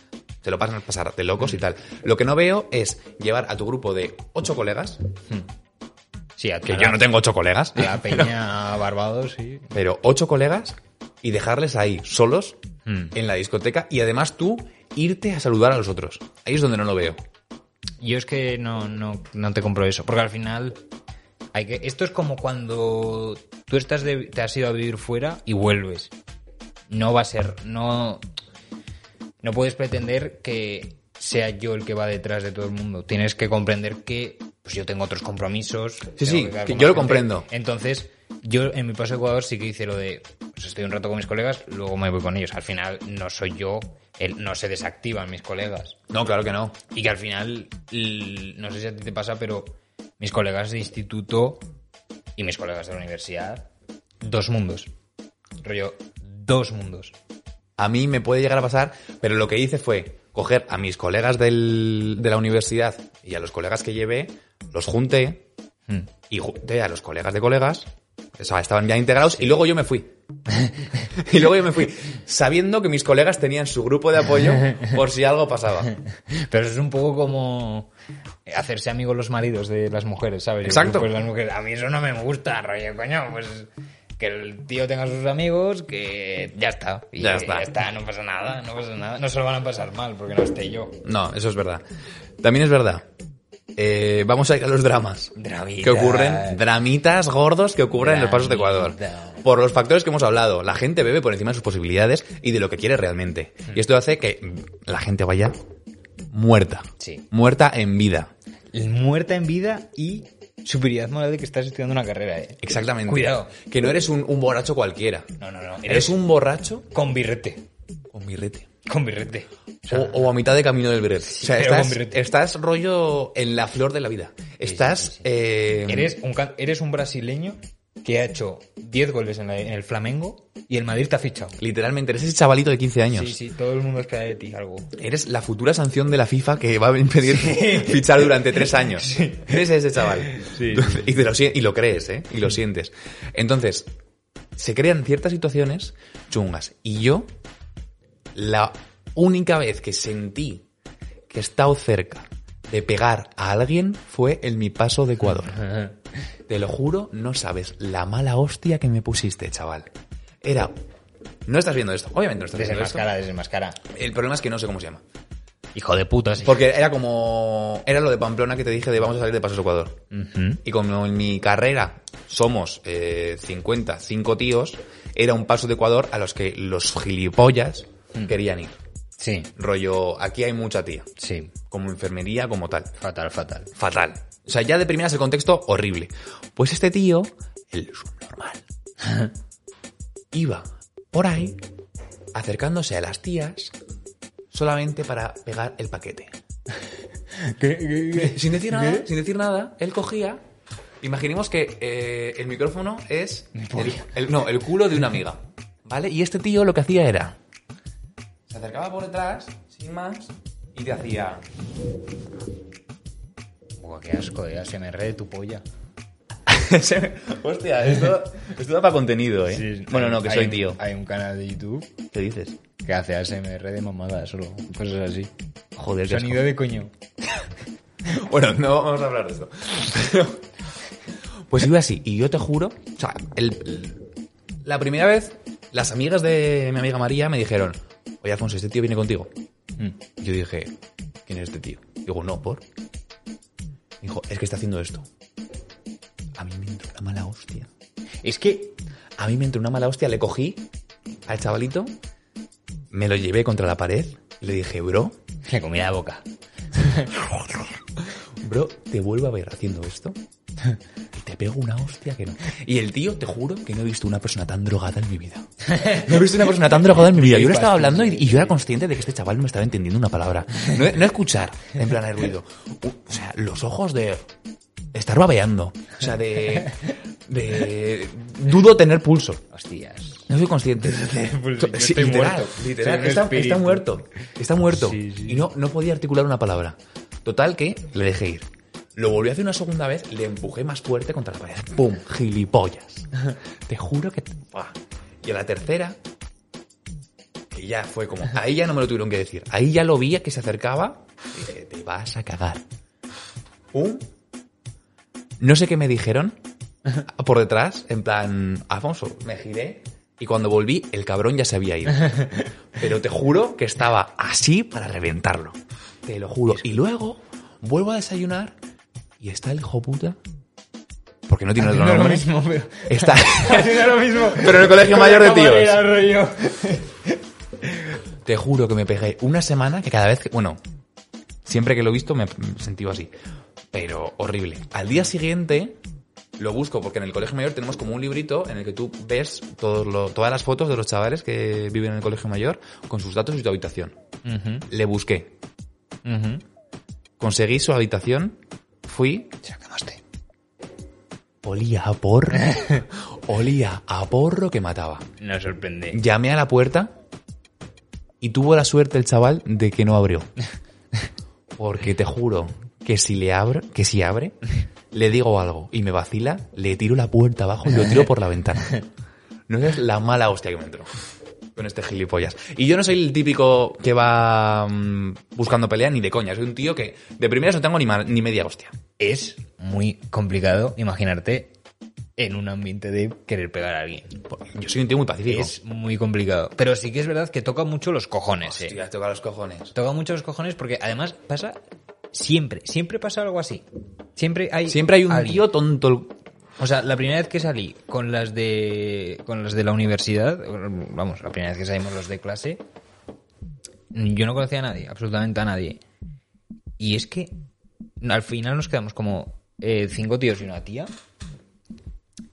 B: te lo pasan a pasar de locos y tal. Lo que no veo es llevar a tu grupo de ocho colegas,
A: Sí, a
B: que
A: a
B: yo
A: la-
B: no tengo ocho colegas,
A: a la peña Barbados, sí.
B: pero ocho colegas y dejarles ahí solos
A: Mm.
B: en la discoteca y además tú irte a saludar a los otros. Ahí es donde no lo veo.
A: Yo es que no, no, no te compro eso, porque al final hay que. Esto es como cuando tú estás de- te has ido a vivir fuera y vuelves. No va a ser, no, no puedes pretender que sea yo el que va detrás de todo el mundo. Tienes que comprender que pues yo tengo otros compromisos.
B: Sí,
A: tengo
B: sí,
A: quedar
B: que
A: con
B: yo
A: más
B: lo comprendo.
A: Entonces, yo en mi paso a Ecuador sí que hice lo de pues estoy un rato con mis colegas, luego me voy con ellos. Al final no soy yo, el, no se desactivan mis colegas.
B: No, claro que no.
A: Y que al final, l- no sé si a ti te pasa, pero mis colegas de instituto y mis colegas de la universidad, dos mundos. Rollo, dos mundos.
B: A mí me puede llegar a pasar, pero lo que hice fue coger a mis colegas del- de la universidad y a los colegas que llevé, los junté
A: Mm.
B: y junté a los colegas de colegas. O sea, estaban ya integrados y luego yo me fui. y luego yo me fui, sabiendo que mis colegas tenían su grupo de apoyo por si algo pasaba.
A: Pero eso es un poco como hacerse amigos los maridos de las mujeres, ¿sabes?
B: Exacto.
A: Pues las mujeres, a mí eso no me gusta, rollo, coño, pues que el tío tenga sus amigos, que ya está. Y
B: Ya
A: que
B: está.
A: Ya está, no pasa nada, no pasa nada. No se lo van a pasar mal porque no esté yo.
B: No, eso es verdad. También es verdad. Eh, vamos a ir a los dramas.
A: Dramitas.
B: Que ocurren, dramitas gordos que ocurren en los pasos de Ecuador.
A: Dramitas.
B: Por los factores que hemos hablado, la gente bebe por encima de sus posibilidades y de lo que quiere realmente. Y esto hace que mm, la gente vaya muerta.
A: Sí.
B: Muerta en vida.
A: muerta en vida y superioridad moral de que estás estudiando una carrera, ¿eh?
B: Exactamente.
A: Cuidado.
B: Que no eres un, un borracho cualquiera.
A: No, no, no.
B: Eres un borracho
A: convirte.
B: con birrete.
A: Con birrete. O sea,
B: O, o a mitad de camino del birrete. o sea,
A: pero
B: estás,
A: con birrete.
B: estás rollo en la flor de la vida. Estás. eh,
A: eres, un, can- eres un brasileño que ha hecho 10 goles en, la- en el Flamengo y el Madrid te ha fichado.
B: Literalmente, eres ese chavalito de 15 años.
A: Sí, sí, todo el mundo espera de ti algo.
B: Eres la futura sanción de la FIFA que va a impedir fichar durante tres años. Eres ese chaval.
A: Sí.
B: Y, te lo, sien- y lo crees, ¿eh? Y lo sientes. Entonces, se crean ciertas situaciones chungas. Y yo, la única vez que sentí que he estado cerca de pegar a alguien fue en mi paso de Ecuador. Te lo juro, no sabes la mala hostia que me pusiste, chaval. Era... No estás viendo esto. Obviamente no estás viendo esto.
A: Desenmascara, desenmascara.
B: El problema es que no sé cómo se llama.
A: Hijo de puta, sí.
B: Porque era como. Era lo de Pamplona que te dije de vamos a salir de Pasos Ecuador.
A: Ujú.
B: Y como en mi carrera somos eh, 50, 5 tíos, era un paso de Ecuador a los que los gilipollas querían ir.
A: Sí,
B: Rollo, aquí hay mucha tía.
A: sí.
B: Como enfermería, como tal.
A: Fatal, fatal.
B: Fatal. O sea, ya de primeras el contexto, horrible. Pues este tío, el subnormal, iba por ahí acercándose a las tías solamente para pegar el paquete. Eh, Sin decir nada, sin decir nada, él cogía. Imaginemos que eh, el micrófono es. El, el- no, el culo de una amiga. ¿Vale? Y este tío lo que hacía era. Se acercaba por detrás, sin más, y te hacía.
A: Buah, qué asco, eh. ya se me re tu polla.
B: Hostia, esto, esto da para contenido, ¿eh?
A: Sí,
B: bueno, no, que
A: hay
B: soy
A: un-
B: tío.
A: Hay un canal de YouTube
B: ¿Qué dices?
A: que hace ASMR de mamadas solo, cosas así.
B: Joder, qué asco.
A: Sonido de coño.
B: Bueno, no vamos a hablar de esto. Pero- Pues iba así, y yo te juro, o sea, el- el- la primera vez, las amigas de mi amiga María me dijeron, oye Alfonso, este tío viene contigo.
A: Mm.
B: Yo dije, ¿quién es este tío? Digo, no, ¿por? Dijo, es que está haciendo esto. A mí me entró una mala hostia.
A: Es que
B: A mí me entró una mala hostia, le cogí al chavalito, me lo llevé contra la pared, le dije, bro,
A: le comí la boca.
B: Bro, te vuelvo a ver haciendo esto y te pego una hostia que no. Y el tío, te juro que no he visto una persona tan drogada en mi vida. No he visto una persona tan drogada en mi vida. Yo le estaba hablando y, y yo era consciente de que este chaval no me estaba entendiendo una palabra. No, no escuchar, en plan el ruido. O sea, los ojos de estar babeando. O sea, de... de dudo tener pulso.
A: Hostias.
B: No soy consciente.
A: Pues yo
B: Sí,
A: estoy
B: literal,
A: muerto.
B: literal,
A: Soy un
B: está,
A: espíritu.
B: está muerto. Está muerto.
A: Sí, sí.
B: Y no, no podía articular una palabra. Total que le dejé ir. Lo volví a hacer una segunda vez, le empujé más fuerte contra la pared. ¡Pum! ¡Gilipollas! Te juro que... ¡Buah! Y a la tercera, que ya fue como... Ahí ya no me lo tuvieron que decir. Ahí ya lo vi que se acercaba. Dije, te vas a cagar. ¡Pum! No sé qué me dijeron por detrás, en plan, Alfonso, me giré y cuando volví el cabrón ya se había ido. Pero te juro que estaba así para reventarlo. Te lo juro. Y luego vuelvo a desayunar y está el hijo puta. Porque no tiene
A: No
B: otro
A: es lo
B: nombre.
A: mismo, pero.
B: Está.
A: Haciendo lo mismo.
B: Pero en el colegio
A: Con la
B: mayor de
A: camarera, rollo.
B: Te juro que me pegué una semana que cada vez que. Bueno, siempre que lo he visto me he sentido así. Pero horrible. Al día siguiente lo busco porque en el colegio mayor tenemos como un librito en el que tú ves todos lo- todas las fotos de los chavales que viven en el colegio mayor con sus datos y tu habitación. Le busqué. Conseguí su habitación. Fui.
A: Se acabaste.
B: Olía a porro. olía a porro que mataba.
A: No sorprende.
B: Llamé a la puerta y tuvo la suerte el chaval de que no abrió. Porque te juro que si le abro, que si abre, le digo algo y me vacila, le tiro la puerta abajo y lo tiro por la ventana. No es la mala hostia que me entró con este gilipollas. Y yo no soy el típico que va mm, buscando pelea ni de coña. Soy un tío que de primeras no tengo ni, ma- ni media hostia.
A: Es muy complicado imaginarte en un ambiente de querer pegar a alguien.
B: Yo soy un tío muy pacífico.
A: Es muy complicado. Pero sí que es verdad que toca mucho los cojones, eh.
B: Hostia, toca los cojones.
A: Toca mucho los cojones porque además pasa siempre, siempre pasa algo así. Siempre hay
B: Siempre hay un
A: alguien.
B: tío tonto.
A: O sea, la primera vez que salí con las de con las de la universidad, vamos, la primera vez que salimos los de clase, yo no conocía a nadie, absolutamente a nadie. Y es que al final nos quedamos como eh, cinco tíos y una tía.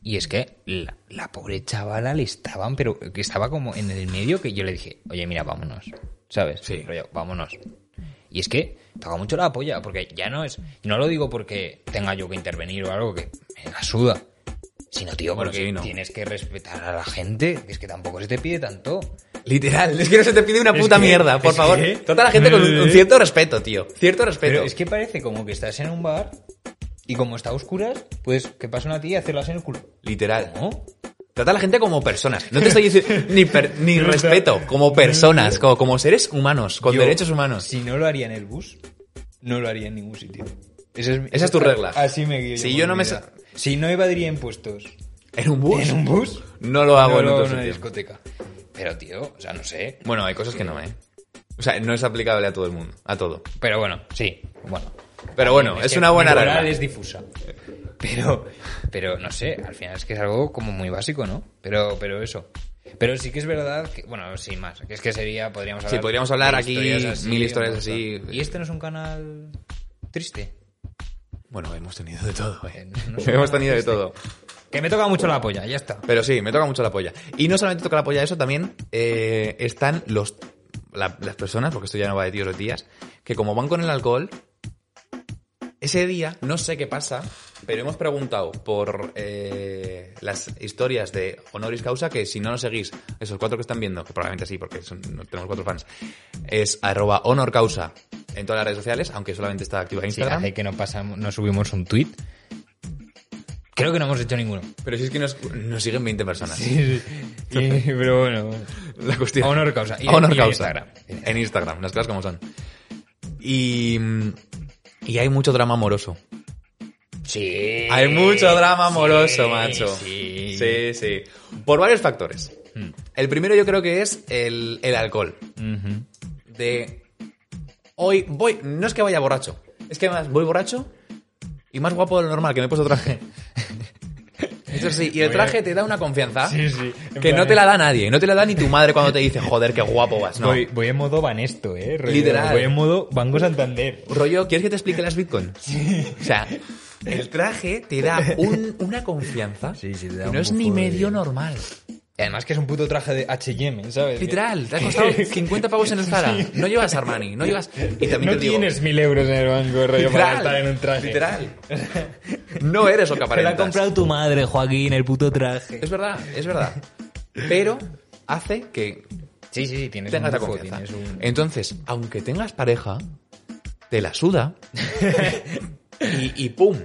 A: Y es que la, la pobre chavala le estaban, pero que estaba como en el medio que yo le dije, oye, mira, vámonos. ¿sabes?
B: Sí.
A: Rollo, vámonos. Y es que toca mucho la polla, porque ya no es. y No lo digo porque tenga yo que intervenir o algo que me la suda. Sino, tío,
B: Bueno,
A: porque
B: sí, no.
A: tienes que respetar a la gente. que Es que tampoco se te pide tanto.
B: Literal, es que no se te pide una
A: Es
B: puta
A: que-
B: mierda, por
A: es
B: favor.
A: que- Eh.
B: Trata a la gente con un, un cierto respeto, tío. Cierto respeto.
A: Pero es que parece como que estás en un bar y como está a oscuras, pues que pasa una tía y hacerla así en el culo.
B: Literal.
A: ¿No?
B: Trata a la gente como personas. No te estoy diciendo ni, per- ni respeto, como personas, como, como seres humanos, con
A: Yo,
B: derechos humanos.
A: Si no lo haría en el bus, no lo haría en ningún sitio. Esa es, mi-
B: Esa es tu regla.
A: Así me guío.
B: Si
A: por
B: yo no
A: mi
B: me
A: vida.
B: sa-
A: Si no evadiría impuestos
B: ¿En un bus?
A: en un bus,
B: No lo hago
A: no
B: en
A: lo
B: otro
A: hago en una
B: sitio.
A: discoteca. Pero tío, o sea, no sé.
B: Bueno, hay cosas que no, ¿eh? O sea, no es aplicable a todo el mundo, a todo.
A: Pero bueno, sí, bueno.
B: Pero bueno, es
A: que
B: una buena
A: mi moral
B: regla.
A: es difusa. Pero, pero no sé, al final es que es algo como muy básico, ¿no? Pero, pero eso. Pero sí que es verdad que, bueno, sin más, que es que sería, podríamos hablar.
B: podríamos
A: de
B: hablar aquí
A: historias
B: mil
A: un
B: historias
A: montón.
B: así.
A: Y este no es un canal triste.
B: Bueno, hemos tenido de todo, ¿eh?
A: Eh, no sé.
B: Hemos tenido de todo.
A: Que me toca mucho la polla, ya está.
B: Pero sí, me toca mucho la polla. Y no solamente toca la polla eso, también eh, están los la- las personas, porque esto ya no va de tíos o de tías, que como van con el alcohol, ese día, no sé qué pasa, pero hemos preguntado por eh, las historias de Honoris Causa, que si no nos seguís, esos cuatro que están viendo, que probablemente sí, porque son- tenemos cuatro fans, es arroba Honor Causa en todas las redes sociales, aunque solamente está activa
A: Si
B: Instagram.
A: hace que no, pasamos, no subimos un tweet. Creo que no hemos hecho ninguno.
B: pero si es que nos, nos siguen 20 personas.
A: Y- pero bueno.
B: La cuestión.
A: A honor causa. Y-
B: A honor
A: y en
B: causa.
A: Instagram.
B: En Instagram, las cosas como son. Y, mm, y hay mucho drama amoroso.
A: Sí.
B: Hay mucho drama amoroso,
A: sí,
B: macho.
A: Sí.
B: sí, sí. Por varios factores.
A: Mm.
B: El primero yo creo que es el, el alcohol.
A: Ujú.
B: De hoy voy, no es que vaya borracho, es que además voy borracho y más guapo de lo normal, que me he puesto traje. Eso sí, y
A: Voy
B: el
A: a-
B: traje te da una confianza
A: Sí, sí. En
B: que
A: plan- ¿eh?
B: no te la da nadie, no te la da ni tu madre cuando te dice, joder, qué guapo vas, no.
A: Voy, voy en modo van esto, eh. rollo,
B: Literal.
A: Voy en modo Banco Santander.
B: Rollo, ¿quieres que te explique las Bitcoin? O sea, el traje te da un- una confianza
A: Sí, sí, te da
B: que
A: un
B: no es ni
A: bufo de-
B: medio normal.
A: Además que es un puto traje de H&M, ¿sabes?
B: Literal, te ha costado 50 pavos en el Zara. No llevas Armani, no llevas... Y también
A: no
B: te digo,
A: tienes mil euros en el banco, rollo, para
B: Literal,
A: estar en un traje.
B: Literal. No eres lo que
A: Te lo ha
B: aparentas.
A: comprado tu madre, Joaquín, el puto traje.
B: Es verdad, es verdad. Pero hace que
A: Sí, sí, sí, tienes
B: tengas
A: un
B: la
A: bufo,
B: confianza.
A: tienes un-
B: Entonces, aunque tengas pareja, te la suda y, y ¡pum!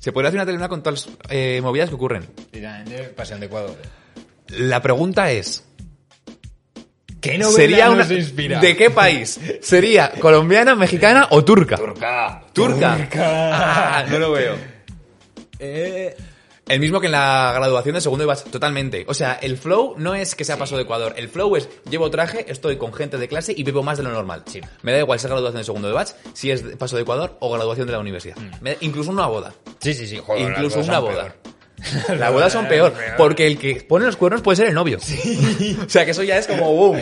B: Se puede hacer una telenovela con todas las eh, movidas que ocurren.
A: Literalmente, Pasión de Ecuador.
B: La pregunta es,
A: ¿Qué
B: ¿sería una...
A: nos inspira?
B: ¿De qué país? ¿Sería colombiana, mexicana o turca?
A: Turca.
B: Turca.
A: Turca.
B: Ah, no lo veo.
A: Eh,
B: El mismo que en la graduación de segundo y bachillerato, totalmente. O sea, el flow no es que sea paso de Ecuador. El flow es llevo traje, estoy con gente de clase y bebo más de lo normal.
A: Sí.
B: Me da igual si es graduación de segundo de bach, si es de- paso de Ecuador o graduación de la universidad. Me da- incluso una boda.
A: sí, sí, sí. Joder,
B: incluso
A: las
B: una
A: cosas son
B: boda.
A: peor.
B: Las bodas son peor, porque el que pone los cuernos puede ser el novio. o sea, que eso ya es como boom.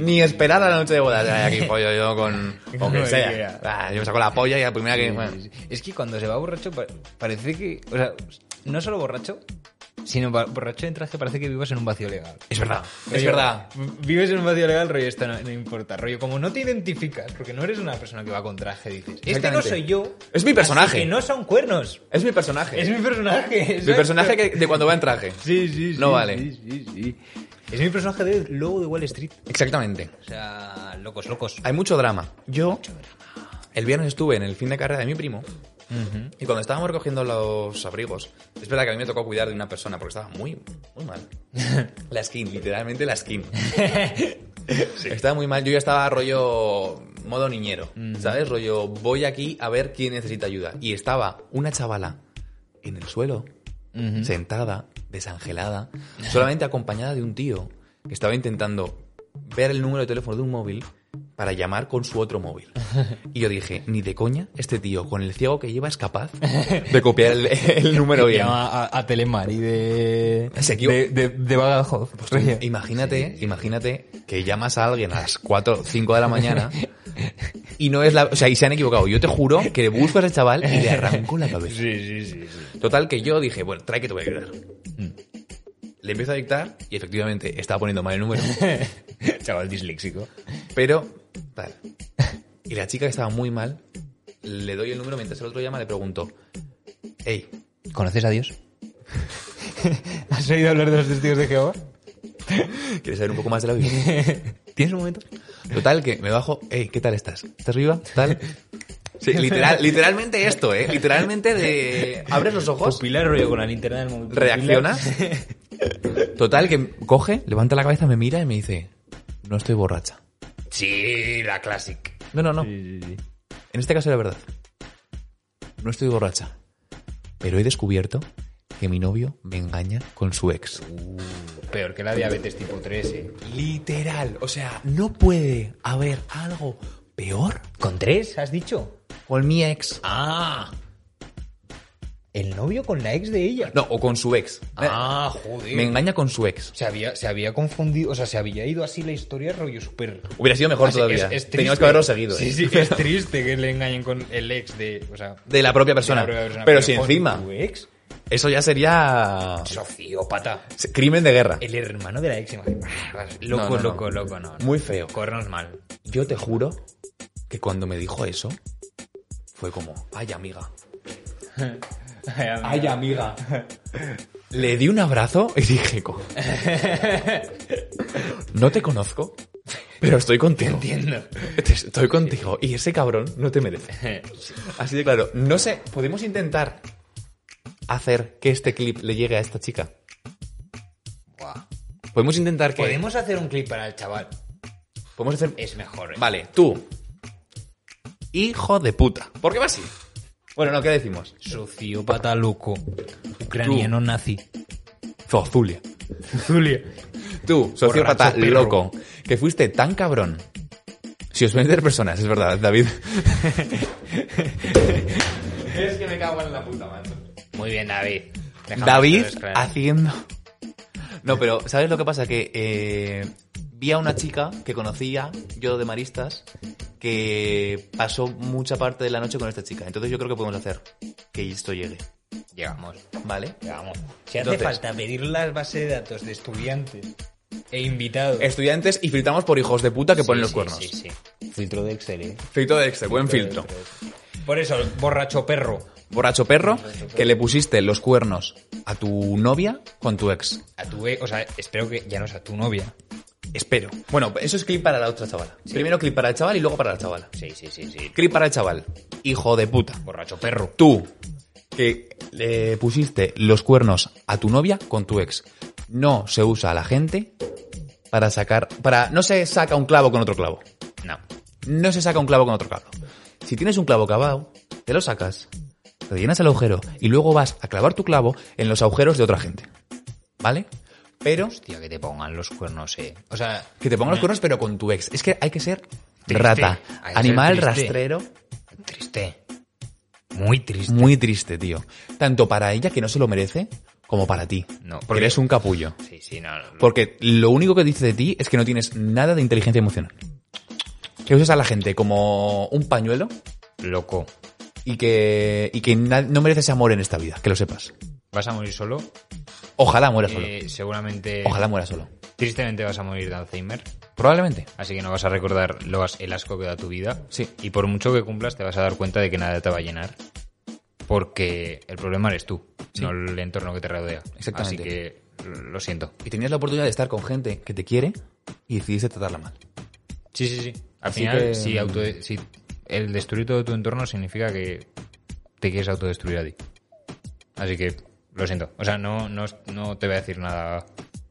B: Ni esperar a la noche de bodas. Ay, aquí pollo yo con... Con quien sea.
A: Cualquiera.
B: Ah, yo me saco la polla y la primera que... bueno.
A: Sí, sí, sí. Es que cuando se va borracho pa- parece que... O sea, no solo borracho, sino ba- borracho en traje parece que vivas en un vacío legal.
B: Es verdad, es
A: Rollo,
B: verdad.
A: Vives en un vacío legal, rollo, esto no, no importa. Rollo, como no te identificas, porque no eres una persona que va con traje, dices, este no
B: Exactamente.
A: soy yo.
B: Es mi personaje.
A: así que no son cuernos.
B: Es mi personaje.
A: Es mi personaje.
B: Mi
A: exacto.
B: personaje que- de cuando va en traje.
A: Sí, sí, sí.
B: No vale.
A: sí, sí, sí. Es mi personaje de logo de Wall Street.
B: Exactamente.
A: O sea, locos, locos.
B: Hay mucho drama. Yo, el viernes estuve en el fin de carrera de mi primo y cuando estábamos recogiendo los abrigos, es verdad que a mí me tocó cuidar de una persona porque estaba muy, muy mal. La skin, literalmente la skin. Estaba muy mal. Yo ya estaba rollo modo niñero, ¿sabes? Rollo voy aquí a ver quién necesita ayuda. Y estaba una chavala en el suelo, sentada, desangelada, solamente acompañada de un tío que estaba intentando ver el número de teléfono de un móvil para llamar con su otro móvil. Y yo dije, ni de coña, este tío con el ciego que lleva es capaz de copiar el, el número bien.
A: a, Telemari de,
B: Se equivo- de-
A: Badajoz.
B: Pues Imagínate, imagínate que llamas a alguien a las 4 5 de la mañana y no es la, o sea, y se han equivocado. Yo te juro que le busco a ese chaval y le arranco la cabeza.
A: Sí, sí, sí. sí.
B: Total que yo dije, bueno, trae que te voy a Mm. ayudar. Le empiezo a dictar y efectivamente estaba poniendo mal el número.
A: chaval disléxico.
B: Pero, tal. Y la chica que estaba muy mal, le doy el número mientras el otro llama, le pregunto, hey,
A: ¿Conoces a Dios? ¿Has oído hablar de los testigos de Jehová?
B: ¿quieres saber un poco más de la Biblia?
A: ¿Tienes un momento?
B: Total, que me bajo, hey, ¿qué tal estás? ¿Estás arriba? ¿Tal? Sí, literal, literalmente esto, ¿eh? Literalmente de... Abres los ojos,
A: Pupilar rollo con la linterna del móvil.
B: reaccionas. Total, que coge, levanta la cabeza, me mira y me dice, no estoy borracha.
A: Sí, la classic.
B: No, no, no.
A: Sí, sí, sí.
B: En este caso era verdad. No estoy borracha. Pero he descubierto que mi novio me engaña con su ex.
A: Peor que la diabetes tipo 3, ¿eh?
B: Literal. O sea, no puede haber algo peor
A: ¿Con 3, has dicho?
B: con mi ex.
A: Ah. El novio con la ex de ella.
B: No, o con su ex.
A: Ah, joder.
B: Me engaña con su ex.
A: Se había, se había confundido, o sea, se había ido así la historia, rollo súper...
B: Hubiera sido mejor
A: Así,
B: todavía.
A: es- es triste.
B: Teníamos que haberlo seguido. ¿eh?
A: Sí, sí, es triste que le engañen con el ex de... O sea,
B: De la propia persona.
A: de la propia persona.
B: Pero si
A: con
B: encima,
A: Tu ex,
B: eso ya sería
A: sociópata.
B: crimen de guerra.
A: El hermano de la ex. imagínate. Ah, Loco,
B: No, no, no.
A: loco, loco, no, no.
B: Muy feo.
A: Cornos mal.
B: Yo te juro que cuando me dijo eso, fue como, ay amiga, Ay, amiga. Le di un abrazo y dije, como, no te conozco, pero estoy contigo.
A: Entiendo.
B: Estoy contigo y ese cabrón no te merece. Así de claro, no sé, podemos intentar hacer que este clip le llegue a esta chica.
A: Buah.
B: Podemos intentar que...
A: Podemos hacer un clip para el chaval.
B: podemos hacer...
A: Es mejor. ¿eh?
B: Vale, tú. Hijo de puta. ¿Por qué va así? Bueno, no, ¿qué decimos?
A: Sociópata loco. Ucraniano nazi.
B: Zozulia.
A: Zulia.
B: Tú, sociópata
A: Borracho perro.
B: loco, que fuiste tan cabrón. Si os vender personas, es verdad, David. es que me cago en la puta, macho.
A: Muy bien, David. Dejamos
B: David
A: los cráneos.
B: haciendo. No, pero ¿sabes lo que pasa? Que eh, vi a una chica que conocía, yo de Maristas, que pasó mucha parte de la noche con esta chica. Entonces yo creo que podemos hacer que esto llegue.
A: Llegamos.
B: ¿Vale?
A: Llegamos. Si hace
B: Entonces-
A: falta pedir las bases de datos de estudiantes e invitados.
B: Estudiantes y filtramos por hijos de puta que
A: Sí,
B: ponen los
A: sí,
B: cuernos.
A: Sí, sí. Filtro de Excel, ¿eh?
B: Filtro de Excel, buen filtro.
A: Por eso, borracho perro.
B: borracho perro, que le pusiste los cuernos a tu novia con tu ex.
A: A tu, e- o sea, espero que ya no sea tu novia.
B: Espero. Bueno, eso es clip para la otra chavala. Primero clip para el chaval y luego para la chavala.
A: Sí, sí, sí, sí.
B: Clip para el chaval. Hijo de puta.
A: Borracho perro.
B: Tú, que le pusiste los cuernos a tu novia con tu ex. No se usa a la gente para sacar... para No se saca un clavo con otro clavo.
A: No.
B: No se saca un clavo con otro clavo. Si tienes un clavo cavado, te lo sacas, rellenas el agujero y luego vas a clavar tu clavo en los agujeros de otra gente. ¿Vale? Pero
A: Hostia, que te pongan los cuernos, eh. O sea,
B: que te pongan los cuernos, pero con tu ex. Es que hay que ser
A: Triste.
B: rata,
A: Hay que
B: animal
A: ser triste.
B: rastrero.
A: triste. Muy triste.
B: Muy triste, tío. Tanto para ella, que no se lo merece, como para ti.
A: No,
B: porque
A: porque-
B: eres un capullo.
A: Sí, sí, no. no.
B: Porque lo único que dice de ti es que no tienes nada de inteligencia emocional. Que usas a la gente como un pañuelo
A: Loco.
B: y que, y que na- no mereces amor en esta vida, que lo sepas.
A: Vas a morir solo.
B: Ojalá muera solo.
A: eh, seguramente.
B: Ojalá muera solo.
A: Tristemente vas a morir de Alzheimer.
B: Probablemente.
A: Así que no vas a recordar lo as- el asco que da tu vida.
B: Sí.
A: Y por mucho que cumplas, te vas a dar cuenta de que nada te va a llenar. Porque el problema eres tú, no el entorno que te rodea.
B: Exactamente.
A: Así que l- lo siento.
B: Y tenías la oportunidad de estar con gente que te quiere y decidiste tratarla mal.
A: Sí, sí, sí. Al
B: Así
A: final,
B: que-
A: si, auto- si el destruir todo tu entorno significa que te quieres autodestruir a ti. Así que lo siento. O sea, no, no, no te voy a decir nada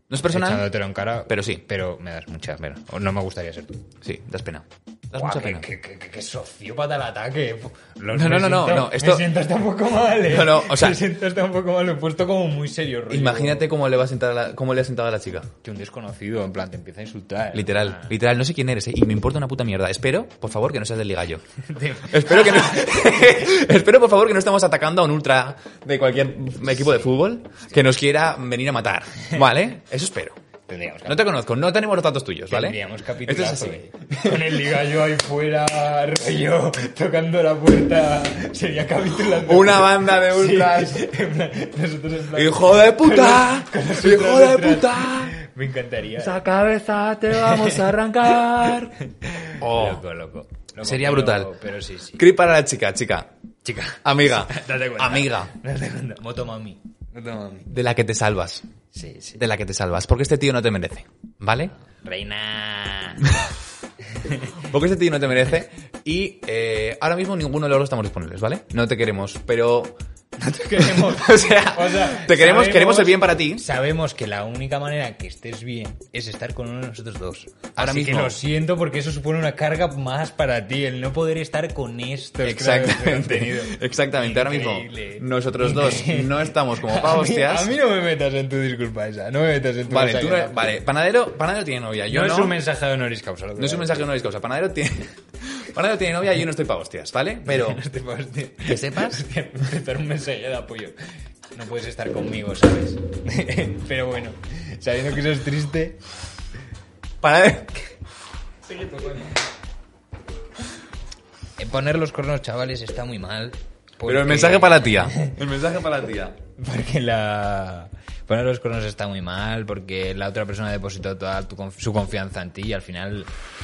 B: No es personal.
A: echándotelo en cara.
B: pero sí.
A: Pero me das mucha pena. O no me gustaría ser tú.
B: Sí, das pena. Das
A: Guau,
B: mucha
A: qué-
B: pena.
A: qué- qué- qué- qué sociópata el ataque. Lo-
B: No,
A: me
B: no, no, no,
A: siento-
B: no, esto-
A: Me siento hasta un poco mal, eh.
B: No, no, o sea-
A: Me siento hasta un poco mal, lo he puesto como muy serio, rollo.
B: Imagínate cómo le va a sentar a la- cómo le ha sentado a la chica.
A: Que un desconocido, en plan, te empieza a insultar.
B: Literal,
A: Ah.
B: literal, no sé quién eres, ¿eh? y me importa una puta mierda. Espero, por favor, que no seas del ligallo.
A: Te-
B: Espero que no, espero por favor que no estamos atacando a un ultra de cualquier equipo de fútbol que nos quiera venir a matar, ¿vale? Eso espero.
A: Tendríamos que
B: No te conozco, no tenemos los datos tuyos, ¿vale?
A: Tendríamos
B: Esto es
A: capitulazo,
B: así.
A: eh. Con el ligallo ahí fuera, rollo, tocando la puerta, sería capitulazo.
B: Una banda de ultras.
A: Sí, en plan, nosotros en plan-
B: ¡Hijo de puta!
A: Con las
B: ¡Hijo
A: ultras
B: de
A: detrás.
B: puta!
A: Me encantaría.
B: Esa cabeza te vamos a arrancar. Oh.
A: Loco, loco, Loco,
B: Sería
A: pero-
B: brutal.
A: Pero sí, sí.
B: Creep para la chica, chica.
A: Chica.
B: Amiga.
A: Date cuenta.
B: Amiga.
A: Date cuenta. Motomami. Motomami.
B: De la que te salvas.
A: Sí, sí.
B: De la que te salvas. Porque este tío no te merece. ¿Vale?
A: Reina.
B: Porque este tío no te merece. Y eh, ahora mismo ninguno de los dos estamos disponibles, ¿vale? No te queremos, pero.
A: No te queremos.
B: O sea, te queremos, queremos el bien para ti.
A: Sabemos que la única manera que estés bien es estar con uno de nosotros dos.
B: Ahora
A: Así
B: mismo.
A: que lo siento porque eso supone una carga más para ti, el no poder estar con este estos creadores de
B: Exactamente.
A: contenido.
B: Exactamente. Ahora mismo,
A: Increíble.
B: nosotros dos no estamos como
A: A
B: pa'
A: mí-
B: hostias.
A: A mí, no me metas en tu disculpa esa, no me metas en tu
B: Vale,
A: mensaje,
B: tú no-
A: no.
B: vale, panadero, panadero tiene novia. Yo
A: no,
B: no.
A: es un mensaje de honoris causa. lo que
B: No es un
A: vale.
B: mensaje no es causa. Panadero tiene, panadero tiene novia y yo no estoy pa' hostias, ¿vale? Pero
A: Este pa- hostia.
B: que sepas
A: Hostia, empezar un mensaje de apoyo. No puedes estar conmigo, ¿sabes? Pero bueno, sabiendo que eso es triste.
B: Panadero.
A: eh, Poner los cornos, chavales, está muy mal.
B: Pero
A: porque-
B: el mensaje para la tía. El mensaje para la tía.
A: Porque la. Poner los cornos está muy mal, porque la otra persona ha depositado toda tu conf- su confianza en ti y al final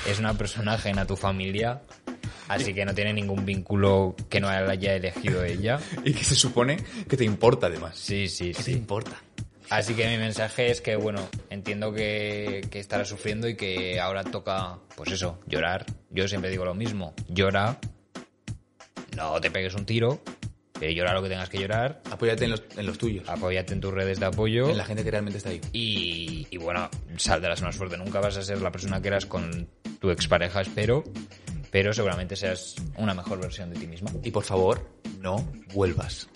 A: es una persona ajena a tu familia. Así que no tiene ningún vínculo que no haya elegido ella.
B: Y que se supone que te importa además.
A: Sí, sí,
B: ¿Qué te
A: sí.
B: importa?
A: Así que mi mensaje es que, bueno, entiendo que, que estarás sufriendo y que ahora toca, pues eso, llorar. Yo siempre digo lo mismo, llora, no te pegues un tiro, pero llora lo que tengas que llorar,
B: Apóyate en los, en los tuyos.
A: apóyate en tus redes de apoyo
B: En la gente que realmente está ahí.
A: y, y, bueno, saldrás más fuerte. Nunca vas a ser la persona que eras con tu expareja, espero, pero seguramente seas una mejor versión de ti misma.
B: Y por favor, no vuelvas.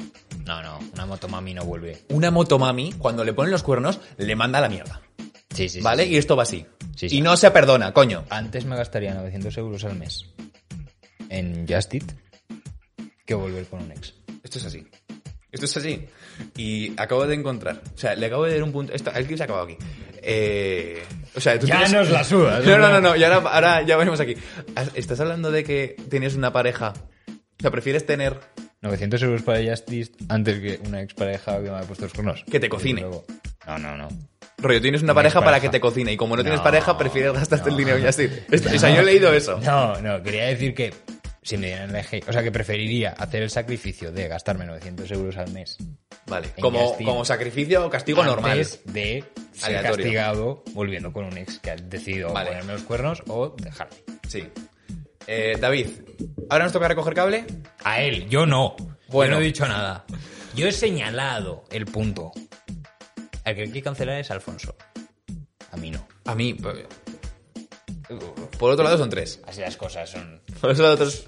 A: No, no, una motomami no vuelve.
B: Una motomami, cuando le ponen los cuernos, le manda a la mierda.
A: Sí, sí, sí,
B: ¿Vale?
A: sí.
B: Y esto va así.
A: Sí,
B: Y
A: sí.
B: no se perdona, coño.
A: Antes me gastaría 900 euros al mes en Justit que volver con un ex.
B: Esto es así. Esto es así. Y acabo de encontrar. O sea, le acabo de dar un punto. Esto, el clip se ha acabado aquí. Eh, o sea, tú
A: Ya
B: tienes-
A: nos la sudas,
B: No, no,
A: ¿verdad?
B: no, no. Y ahora, ahora ya venimos aquí. Has- Estás hablando de que tienes una pareja. O sea, prefieres tener
A: 900 euros para Justit antes que una ex pareja que me ha puesto los cuernos.
B: Que te cocine.
A: Desde luego. No, no, no.
B: Rollo, tienes una
A: Tienes
B: pareja, para
A: pareja.
B: que te cocine. Y como no, tienes
A: No,
B: pareja, prefieres gastarte el
A: no.
B: dinero y así. Esto- O sea, yo he leído eso.
A: No, no, quería decir que si me dieran la eje- o sea, que preferiría hacer el sacrificio de gastarme 900 euros al mes
B: Vale.
A: En
B: Como,
A: Justin.
B: como sacrificio o castigo normal.
A: antes de ser
B: Aleatorio.
A: castigado volviendo con un ex que ha decidido
B: Vale.
A: ponerme los cuernos o dejarme.
B: Sí. Eh, David, ¿ahora nos toca recoger cable?
A: A él, yo no.
B: Bueno.
A: Bueno, no he dicho nada. Yo he señalado el punto. Al que hay que cancelar es Alfonso. A mí no.
B: A mí. pues, Por otro lado, son tres.
A: Así las cosas son.
B: Por eso los otros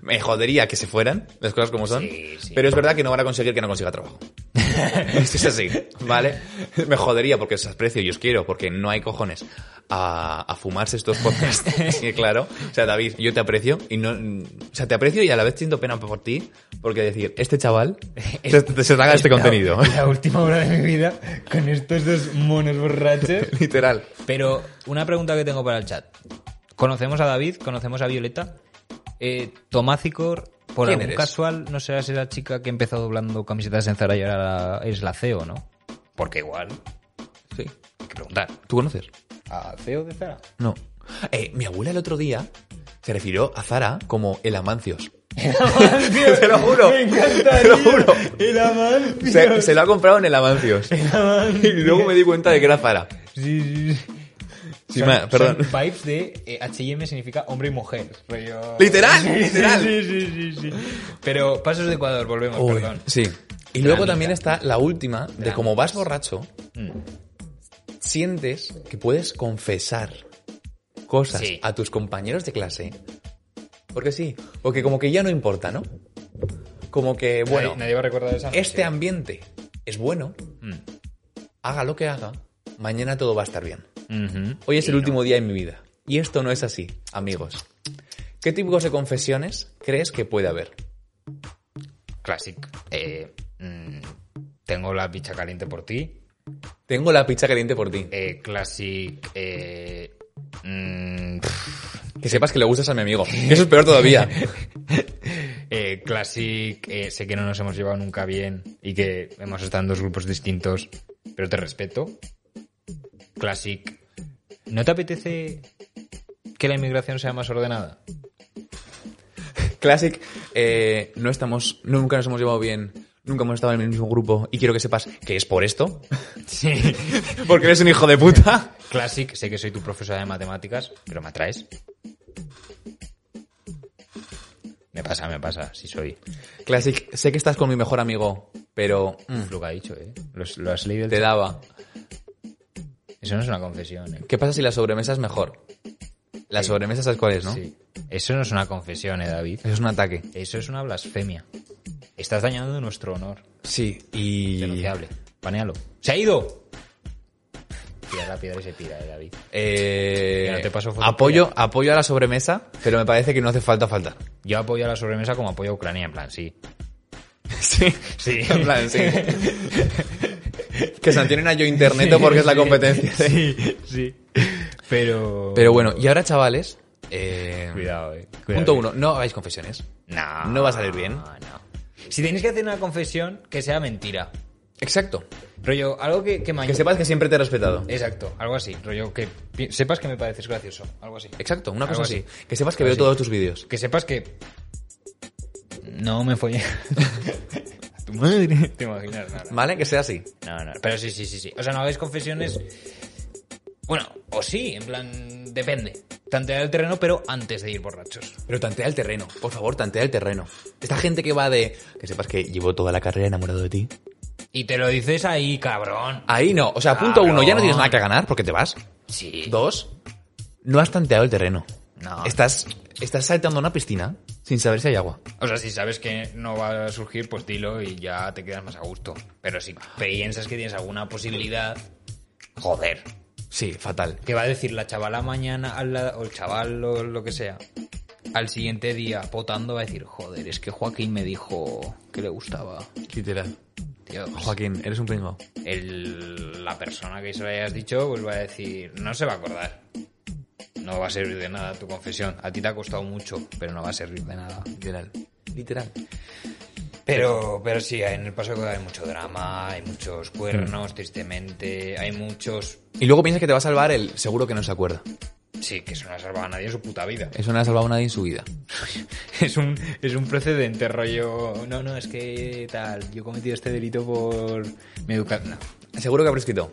B: me jodería que se fueran, las cosas como son.
A: Sí, sí.
B: Pero es verdad que no van a conseguir que no consiga trabajo. Esto es así, ¿vale? Me jodería porque os aprecio y os quiero, porque no hay cojones a, a fumarse estos podcasts. Sí, claro. O sea, David, yo te aprecio y no. O sea, te aprecio y a la vez siento pena por ti, porque decir, este chaval se, se traga este contenido.
A: La, la última hora de mi vida con estos dos monos borrachos.
B: Literal.
A: Pero una pregunta que tengo para el chat. ¿Conocemos a David? ¿Conocemos a Violeta? Eh, Tomácicor, por
B: ¿Quién
A: algún
B: eres?
A: casual, no serás esa chica que empezó doblando camisetas en Zara y ahora es la CEO, ¿no? Porque igual,
B: Sí.
A: hay que preguntar.
B: ¿Tú conoces?
A: ¿A CEO E de Zara?
B: No. Eh, mi abuela el otro día se refirió a Zara como el Amancios. Te lo juro.
A: Me encantaría.
B: Te lo juro.
A: El Amancio.
B: Se, se lo ha comprado en el Avancios. Y luego me di cuenta de que era Zara.
A: Sí, sí, sí.
B: Sí,
A: Son-
B: ma- perdón.
A: son vibes de eh, H&M significa hombre y mujer. rollo-
B: Literal,
A: Sí, sí,
B: literal.
A: Sí, sí, sí, sí. Pero pasos de Ecuador, volvemos,
B: Uy,
A: perdón.
B: sí. Y luego también está la última de como vas borracho, sientes que puedes confesar cosas
A: Sí.
B: a tus compañeros de clase. Porque sí, porque como que ya no importa, ¿no? Como que, bueno,
A: Nadie- nadie va a recordar esa noche.
B: este ambiente es bueno,
A: Mm.
B: haga lo que haga, mañana todo va a estar bien.
A: Ujú.
B: Hoy es
A: Sí,
B: el
A: ¿no?
B: último día en mi vida. Y esto no es así, amigos. ¿Qué tipos de confesiones crees que puede haber?
A: Classic. Eh, mm, tengo la picha caliente por ti.
B: Tengo la pizza caliente por ti.
A: Eh, classic. Eh, mm,
B: Que sepas que le gustas a mi amigo. Que Eso es peor todavía.
A: Eh, classic, eh, sé que no nos hemos llevado nunca bien y que hemos estado en dos grupos distintos, pero te respeto. Classic. ¿No te apetece que la inmigración sea más ordenada?
B: Classic, eh, no estamos, nunca nos hemos llevado bien, nunca hemos estado en el mismo grupo y quiero que sepas que es por esto,
A: Sí.
B: porque eres un hijo de puta.
A: Classic, sé que soy tu profesora de matemáticas, pero me atraes. Me pasa, me pasa, sí soy.
B: Classic, sé que estás con mi mejor amigo, pero mm,
A: Lo que ha dicho, ¿eh? Lo, lo has leído. el-
B: te daba.
A: Eso no es una confesión, ¿eh?
B: ¿Qué pasa si la sobremesa es mejor? La sobremesa, ¿sabes cuál es, no?
A: Sí. Eso no es una confesión, ¿eh, David?
B: Eso es un ataque.
A: Eso es una blasfemia. Estás dañando nuestro honor.
B: Sí, y...
A: Denunciable. Panealo. ¡Se ha ido! Tira la piedra y se tira, ¿eh, David?
B: eh,
A: Ya no te paso foto
B: apoyo, apoyo a la sobremesa, pero me parece que no hace falta faltar.
A: Yo apoyo a la sobremesa como apoyo a Ucrania, en plan, sí.
B: Sí,
A: Sí.
B: En plan, sí. que sancionen a yo interneto porque es la competencia.
A: Sí, sí. Pero...
B: Pero bueno, y ahora chavales, eh,
A: Cuidado, eh. Cuidado.
B: punto uno, no hagáis confesiones.
A: No.
B: No va a salir bien.
A: No, no. Si tenéis que hacer una confesión, que sea mentira.
B: Exacto.
A: Rollo, algo que, que mañana...
B: Que sepas que siempre te he respetado.
A: Exacto, algo así. Rollo, que pi- sepas que me pareces gracioso. Algo así.
B: Exacto, una
A: Algo
B: cosa así.
A: así.
B: Que sepas que
A: Algo
B: veo
A: así.
B: todos tus vídeos.
A: Que sepas que. No me follé. A tu madre. Te imaginas, no, no.
B: ¿Vale? Que sea así.
A: No, no, Pero sí, sí, sí, sí. O sea, no hagáis confesiones. Bueno, o sí, en plan, depende. Tantear el terreno, pero antes de ir borrachos.
B: Pero tantea el terreno, por favor, tantea el terreno. Esta gente que va de... Que sepas que llevo toda la carrera enamorado de ti.
A: Y te lo dices ahí, cabrón.
B: Ahí no. O sea, punto
A: Cabrón.
B: uno, ya no tienes nada que ganar porque te vas.
A: Sí.
B: Dos, no has tanteado el terreno.
A: No.
B: Estás, estás saltando a una piscina sin saber si hay agua.
A: O sea, si sabes que no va a surgir, pues dilo y ya te quedas más a gusto. Pero si piensas que tienes alguna posibilidad. Joder.
B: Sí, fatal.
A: que va a decir la chavala mañana al la- o el chaval o lo que sea al siguiente día potando va a decir joder es que Joaquín me dijo que le gustaba
B: Literal.
A: Tío, pues,
B: Joaquín, eres un pringao.
A: el- la persona que se lo hayas dicho pues va a decir no se va a acordar no va a servir de nada tu confesión a ti te ha costado mucho pero no va a servir de nada
B: Literal. Literal.
A: Pero, pero sí, en el paso hay mucho drama, hay muchos cuernos, tristemente, hay muchos...
B: Y luego piensas que te va a salvar el seguro que no se acuerda.
A: Sí, que eso no ha salvado a nadie en su puta vida.
B: Eso no le ha salvado a nadie en su vida.
A: Es un, es un precedente, rollo. No, no, es que tal. Yo he cometido este delito por. Mi educación. No.
B: Seguro que ha prescrito.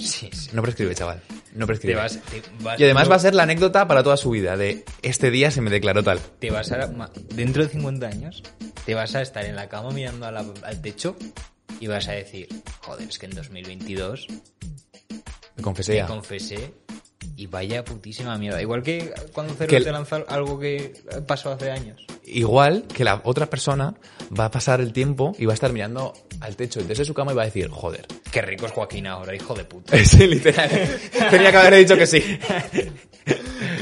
A: Sí, sí.
B: No prescribe, chaval. No prescribe.
A: Te vas, te vas-
B: Y además
A: no,
B: va a ser la anécdota para toda su vida de este día se me declaró tal.
A: Te vas a. ma- Dentro de 50 años, te vas a estar en la cama mirando a la- al techo y vas a decir: Joder, es que en 2022
B: Me confesé ya.
A: confesé y vaya putísima mierda. Igual que cuando Cero
B: Que el-
A: te lanza algo que pasó hace años.
B: Igual que la otra persona va a pasar el tiempo y va a estar mirando al techo desde su cama y va a decir, joder.
A: Qué rico es Joaquín ahora, hijo de puta.
B: Sí, literal. Tenía que haber dicho que sí.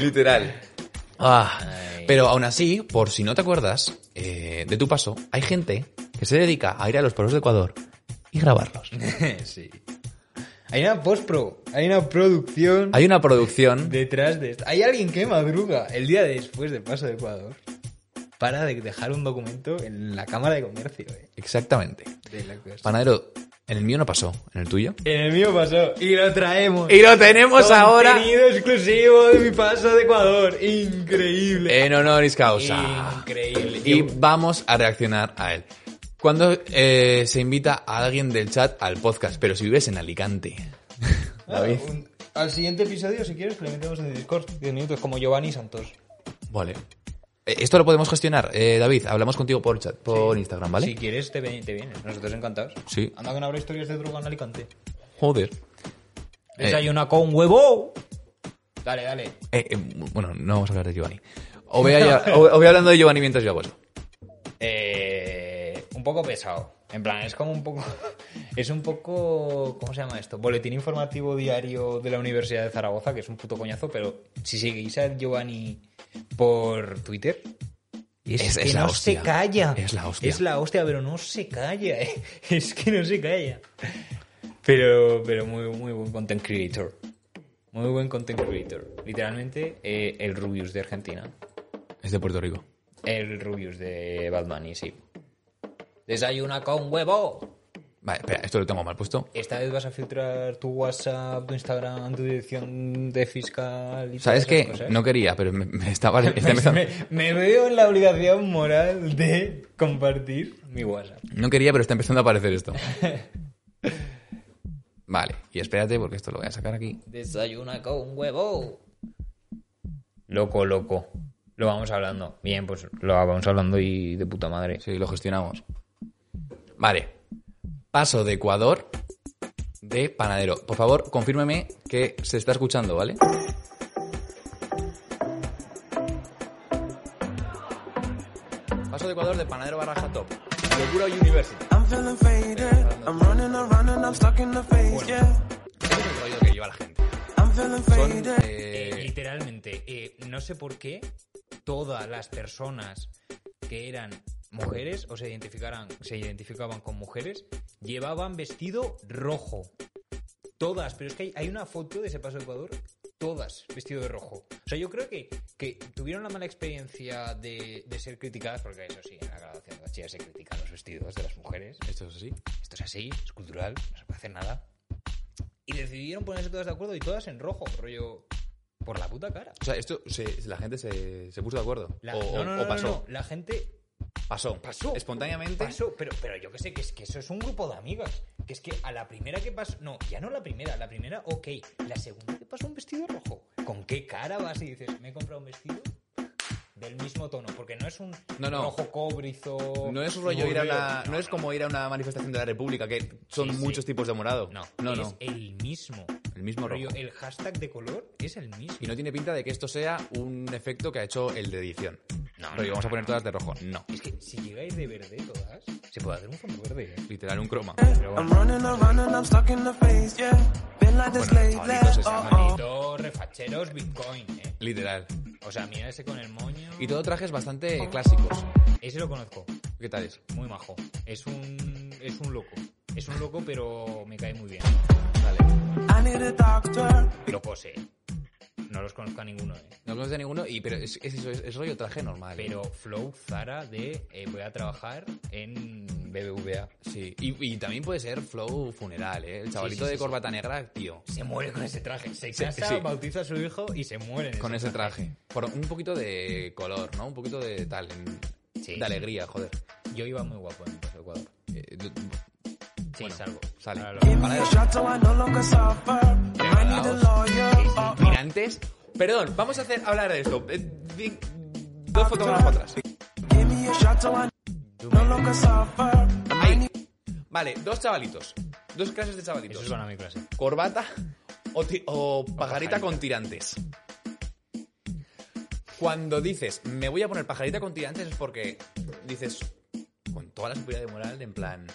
B: literal. Ah,
A: Ay.
B: pero aún así, por si no te acuerdas eh, de tu paso, hay gente que se dedica a ir a los pueblos de Ecuador y grabarlos.
A: sí. Hay una postpro, hay una producción.
B: Hay una producción
A: Detrás de esto. Hay alguien que madruga el día después del paso de Ecuador para de dejar un documento en la Cámara de Comercio. eh,
B: Exactamente.
A: de la cosa.
B: Panadero, en el mío no pasó, en el tuyo.
A: En el mío pasó y lo traemos.
B: Y lo tenemos ahora
A: Contenido exclusivo de mi paso de Ecuador. Increíble.
B: en honoris causa.
A: Increíble.
B: Eh, Y
A: Yo-
B: vamos a reaccionar a él. Cuando eh, se invita a alguien del chat al podcast, pero si vives en Alicante.
A: Ah, un- al siguiente episodio, si quieres, que le metemos en Discord 10 minutos como Giovanni Santos.
B: Vale. Eh, Esto lo podemos gestionar, eh, David. Hablamos contigo por chat, por Instagram, ¿vale?
A: Si quieres, te, ven- te vienes. Nosotros encantados.
B: Sí.
A: Anda que no habrá historias de droga en Alicante.
B: Joder. Eh.
A: Desayuna con huevo. Dale, dale.
B: Eh, eh, bueno, no vamos a hablar de Giovanni. O voy, a- o- o voy hablando de Giovanni mientras yo hago eso.
A: Eh, un poco pesado. En plan, es como un poco. Es un poco. ¿Cómo se llama esto? Boletín informativo diario de la Universidad de Zaragoza, que es un puto coñazo, pero si seguís a Giovanni por Twitter. Es,
B: Es-
A: que
B: es la
A: no
B: hostia.
A: se calla.
B: Es la hostia.
A: Es la hostia, pero no se calla. eh. Es que no se calla. Pero, pero muy, muy buen content creator. Muy buen content creator. Literalmente, eh, el Rubius de Argentina.
B: Es de Puerto Rico.
A: El Rubius de Batman, y sí. Desayuna con huevo.
B: Vale, espera, esto lo tengo mal puesto.
A: Esta vez vas a filtrar tu WhatsApp, tu Instagram, tu dirección de fiscal y todas
B: ¿Sabes qué?
A: esas cosas.
B: No quería, pero me, me estaba... está
A: pues, ¿eh? me,
B: empezando-
A: me- me veo en la obligación moral de compartir mi WhatsApp.
B: No quería, pero está empezando a aparecer esto. Vale, y espérate porque esto lo voy a sacar aquí.
A: Desayuna con huevo. Loco, loco. Lo vamos hablando. Bien, pues lo vamos hablando y de puta madre.
B: Sí, lo gestionamos. Vale. Paso de Ecuador de panadero. Por favor, confírmeme que se está escuchando, ¿vale? Paso de Ecuador de panadero barraja top. Locura University.
C: I'm feeling faded. I'm running around and I'm stuck in the phase, yeah.
B: Este es el rollo que lleva la gente.
C: I'm
B: Son,
C: feeling faded.
B: eh,
A: Eh, literalmente, eh, no sé por qué todas las personas que eran mujeres o se identificaran, se identificaban con mujeres llevaban vestido rojo. Todas, pero es que hay, hay una foto de ese paso de Ecuador, todas vestido de rojo. O sea, yo creo que, que tuvieron la mala experiencia de, de ser criticadas, porque eso sí, en la graduación de bachiller se critican los vestidos de las mujeres.
B: esto es así.
A: Esto es así, es cultural, no se puede hacer nada. Y decidieron ponerse todas de acuerdo y todas en rojo, rollo. Por la puta cara.
B: O sea, esto se- la gente se, se puso de acuerdo.
A: La,
B: o,
A: no,
B: o-
A: no,
B: o
A: no, no,
B: pasó.
A: no, La gente
B: Pasó.
A: pasó.
B: Espontáneamente.
A: Pasó, pero, pero yo que sé, que es que eso es un grupo de amigas. Que es que a la primera que pasó. No, ya no la primera, la primera, ok. La segunda que pasó un vestido rojo. ¿Con qué cara vas y dices, me he comprado un vestido? Del mismo tono, porque no es un
B: No, no.
A: rojo cobrizo.
B: No es un rollo ir a una,
A: burdeo.
B: no es como ir a una manifestación de la República que son
A: Sí, sí.
B: muchos tipos de morado.
A: No,
B: no,
A: es
B: no.
A: el mismo.
B: El mismo
A: Rollo,
B: rojo.
A: El hashtag de color es el mismo.
B: Y no tiene pinta de que esto sea un efecto que ha hecho el de edición.
A: No,
B: Rollo,
A: no,
B: vamos a poner todas de rojo. No.
A: Es que si llegáis de verde todas, se puede hacer un fondo verde, ¿eh?
B: Literal un croma.
C: I'm running around and I'm stuck in the phase, yeah. Been like this
B: Bueno,
C: lately,
B: chavalitos, ese
C: oh oh.
A: Malditos refacheros Bitcoin, ¿eh?
B: Literal.
A: O sea, mira ese con el moño.
B: Y todo trajes bastante clásicos.
A: Ese lo conozco.
B: ¿Qué tal es?
A: Muy majo. Es un. Es un loco. Es un loco, pero me cae muy bien.
B: Vale.
C: I need a doctor.
A: Locos, ¿eh? No los conozco a ninguno, ¿eh?
B: No conoces a ninguno, y, pero es, es eso, es, es rollo traje normal. ¿eh?
A: Pero Flow Zara de eh, voy a trabajar en BBVA.
B: Sí. Y, y también puede ser flow funeral, ¿eh? El chavalito
A: Sí, sí,
B: de
A: sí,
B: corbata negra, tío.
A: Se muere con ese traje. Se casa,
B: sí.
A: bautiza a su hijo y se muere. en
B: Con ese traje. Por un poquito de color, ¿no? Un poquito de tal. mm,
A: Sí.
B: De alegría, joder.
A: Yo iba muy guapo en el Paso de Ecuador.
B: Eh, d-
A: Sí, salgo.
B: sale.
A: Ahora lo-
C: Give me
B: Panadero.
C: a shot so I no longer suffer. I need a lawyer, oh oh.
B: tirantes. Perdón, vamos a hacer hablar de esto. Eh, di-
A: Ah,
B: Dos fotogramas para atrás.
C: Give me a shot so I no longer suffer. I
B: Ahí.
C: need
B: Vale, dos chavalitos. Dos clases de
A: Eso
B: chavalitos.
A: suena a mi clase.
B: Corbata o, ti- o pajarita
A: pajarita.
B: con tirantes. Cuando dices, me voy a poner pajarita con tirantes es porque dices, con toda la superioridad moral, en plan,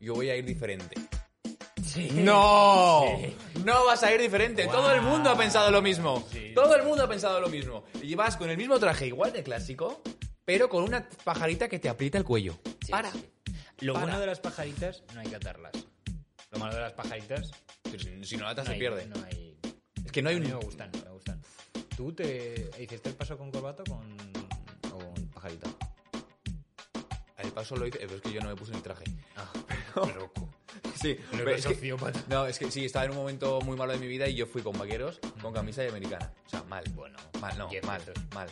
B: yo voy a ir diferente.
A: Sí.
B: ¡No! No vas a ir diferente.
A: Wow.
B: Todo el mundo ha pensado lo mismo.
A: Sí.
B: Todo el mundo ha pensado lo mismo. Y vas con el mismo traje, igual de clásico, pero con una pajarita que te aprieta el cuello. Para.
A: Lo
B: Para.
A: bueno de las pajaritas, no hay que atarlas. Lo malo de las pajaritas,
B: Si- Si no la atas,
A: no
B: se
A: hay-
B: pierde.
A: No hay...
B: Es que no hay
A: A mí
B: un.
A: me gustan, me gustan. ¿Tú te hiciste el paso con corbata o con, o con pajarita?
B: Al paso lo hice. eh, Pero es que yo no me puse ni traje.
A: Ah, qué loco.
B: Sí,
A: No
B: pero
A: eres
B: es que,
A: sociópata.
B: no, es que sí, estaba en un momento muy malo de mi vida y yo fui con vaqueros, con camisa de americana. O sea, mal.
A: Bueno,
B: mal, no,
A: diez
B: mal,
A: minutos.
B: mal.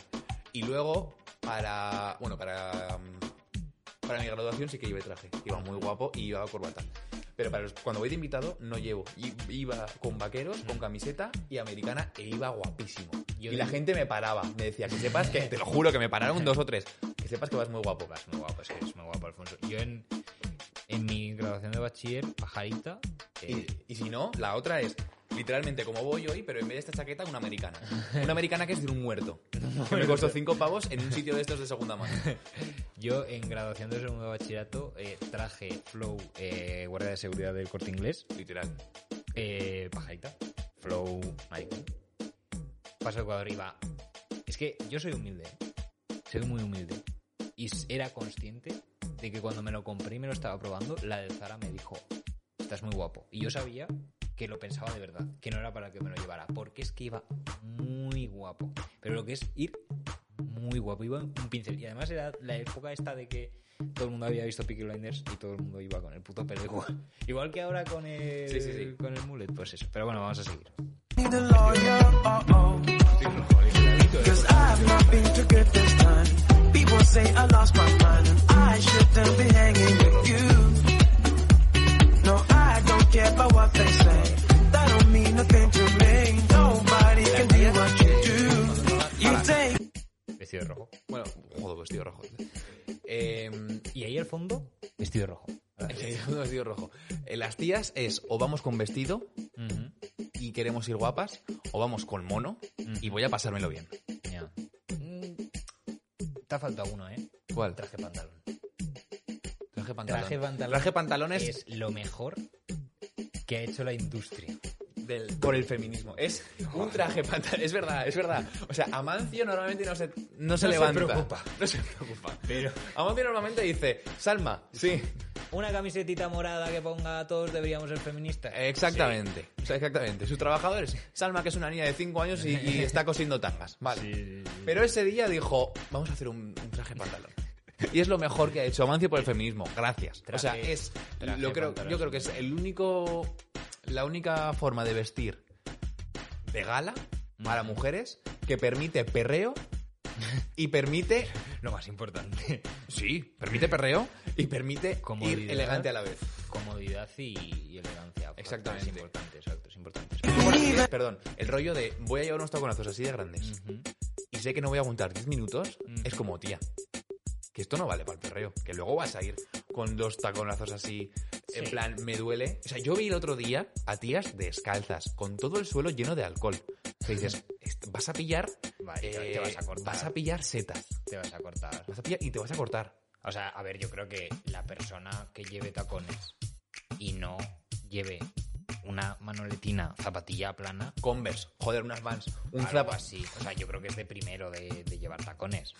B: Y luego, para. Bueno, para. mm, Para mi graduación sí que llevé traje. Iba muy guapo y llevaba corbata. Pero para los- cuando voy de invitado, no llevo. Y- Iba con vaqueros, con camiseta y americana e iba guapísimo.
A: Yo
B: y
A: de-
B: la gente me paraba. Me decía, que sepas que. Te lo juro que me pararon dos o tres. Que sepas que vas muy guapo.
A: Vas muy guapo, es que eres muy guapo, Alfonso. Yo en, en mi graduación de bachiller, pajarita... eh,
B: Y, y si no, la otra es literalmente como voy hoy, pero en vez de esta chaqueta, una americana. Una americana que es de un muerto. Que me costó cinco pavos en un sitio de estos de segunda mano.
A: Yo en graduación de segundo de bachillerato eh, traje flow eh, guardia de seguridad del corte inglés
B: Literal.
A: Eh, pajarita. Flow, maricón. Paso de Ecuador iba. Es que yo soy humilde. ¿eh? Soy muy humilde. Y s- era consciente de que cuando me lo compré y me lo estaba probando, la de Zara me dijo, estás muy guapo. Y yo sabía que lo pensaba de verdad, que no era para que me lo llevara, porque es que iba muy guapo. Pero lo que es ir muy guapo. Iba un pincel. Y además era la época esta de que todo el mundo había visto Peaky Blinders y todo el mundo iba con el puto pelo igual. Igual que ahora con el,
B: Sí, sí, sí.
A: con el mullet, pues eso. Pero bueno, vamos a seguir.
C: Need a lawyer, uh oh. Cause I've not been too good this time. People say I lost my mind and I shouldn't be hanging with you. No, I don't care about what they say. That don't mean nothing to me. Nobody can do what you do. You take.
A: Vestido de rojo.
B: Bueno, joder, vestido rojo. Eh,
A: Y ahí al fondo, vestido de rojo.
B: Ah, vestido rojo. Eh, Las tías es o vamos con vestido
A: Ujú.
B: y queremos ir guapas, o vamos con mono y voy a pasármelo bien.
A: Ya. Mm, Te ha faltado uno, ¿eh?
B: ¿Cuál?
A: Traje pantalón.
B: Traje pantalón.
A: Traje pantalón.
B: Traje pantalones
A: Es lo mejor que ha hecho la industria.
B: del- por el feminismo. Es un traje pantalón. Es verdad, es verdad. O sea, Amancio normalmente no se, no se
A: se
B: levanta.
A: preocupa.
B: No se preocupa.
A: Pero-
B: Amancio normalmente dice, Salma, sí.
A: Una camisetita morada que ponga a todos deberíamos ser feministas.
B: Exactamente. O sea, exactamente. Sus trabajadores, Salma, que es una niña de 5 años y, y está cosiendo tangas. Vale.
A: Sí, sí, sí.
B: Pero ese día dijo, vamos a hacer un, un traje pantalón. Y es lo mejor que ha hecho Amancio por el feminismo. Gracias. o sea,
A: Traje-
B: es.
A: traje
B: lo creo,
A: pantalón.
B: yo creo que es el único. La única forma de vestir de gala para mujeres que permite perreo y permite.
A: Lo más importante.
B: Sí, permite perreo y permite ir
A: Comodidad.
B: elegante a la vez.
A: Comodidad y, y elegancia. Pues,
B: Exactamente.
A: Es importante, exacto, es importante.
B: Perdón, el rollo de voy a llevar unos taconazos así de grandes.
A: Ujú.
B: y sé que no voy a aguantar 10 minutos,
A: Mm.
B: es como, tía, que esto no vale para el perreo, que luego vas a ir con dos taconazos así, en
A: Sí.
B: plan, me duele. O sea, yo vi el otro día a tías descalzas, con todo el suelo lleno de alcohol. Te dices, "Est- vas a pillar,
A: Vale, te- te vas a cortar.
B: Eh, vas a pillar setas,
A: Te vas a cortar.
B: vas a pillar y te vas a cortar.
A: O sea, a ver, yo creo que la persona que lleve tacones y no lleve una manoletina, zapatilla plana,
B: Converse, joder, unas vans, un
A: algo
B: zapa.
A: así. O sea, yo creo que es de primero de, de llevar tacones.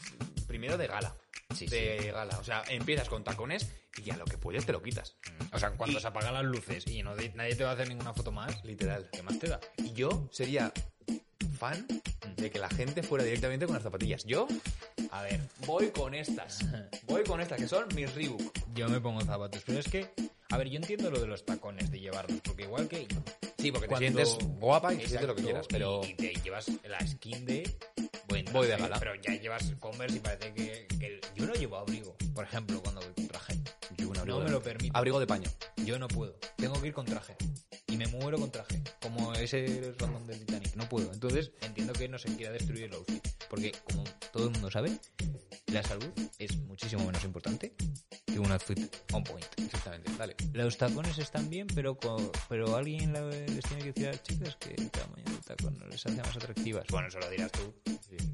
B: Primero de gala.
A: Sí,
B: de gala. O sea, empiezas con tacones y a lo que puedes te lo quitas.
A: O sea, cuando
B: Y-
A: se apagan las luces y no de- nadie te va a hacer ninguna foto más,
B: Literal.
A: ¿qué más te da?
B: Y yo sería fan de que la gente fuera directamente con las zapatillas. Yo
A: A ver,
B: voy con estas. Voy con estas, que son mis Reebok.
A: yo me pongo zapatos, pero es que, a ver, yo entiendo lo de los tacones de llevarlos, porque igual que
B: Sí, porque te
A: Cuando-
B: sientes guapa y te
A: Exacto,
B: sientes lo que quieras, pero...
A: Y, y te llevas la skin de... Bueno,
B: Voy de gala.
A: Pero ya llevas Converse y parece que... que- yo no llevo abrigo, por ejemplo, cuando voy con traje.
B: Yo un abrigo
A: no me
B: de-
A: lo permito.
B: Abrigo de paño.
A: Yo no puedo. Tengo que ir con traje. Y me muero con traje. Como ese random del Titanic. No puedo. Entonces entiendo que no se quiera destruir el outfit. Porque, como todo el mundo sabe, la salud es muchísimo menos importante que un outfit on point.
B: Exactamente, dale.
A: Los tacones están bien, pero co- pero alguien la- les tiene que decir a las chicas que el tamaño del tacón no les hace más atractivas. Bueno, eso lo dirás tú.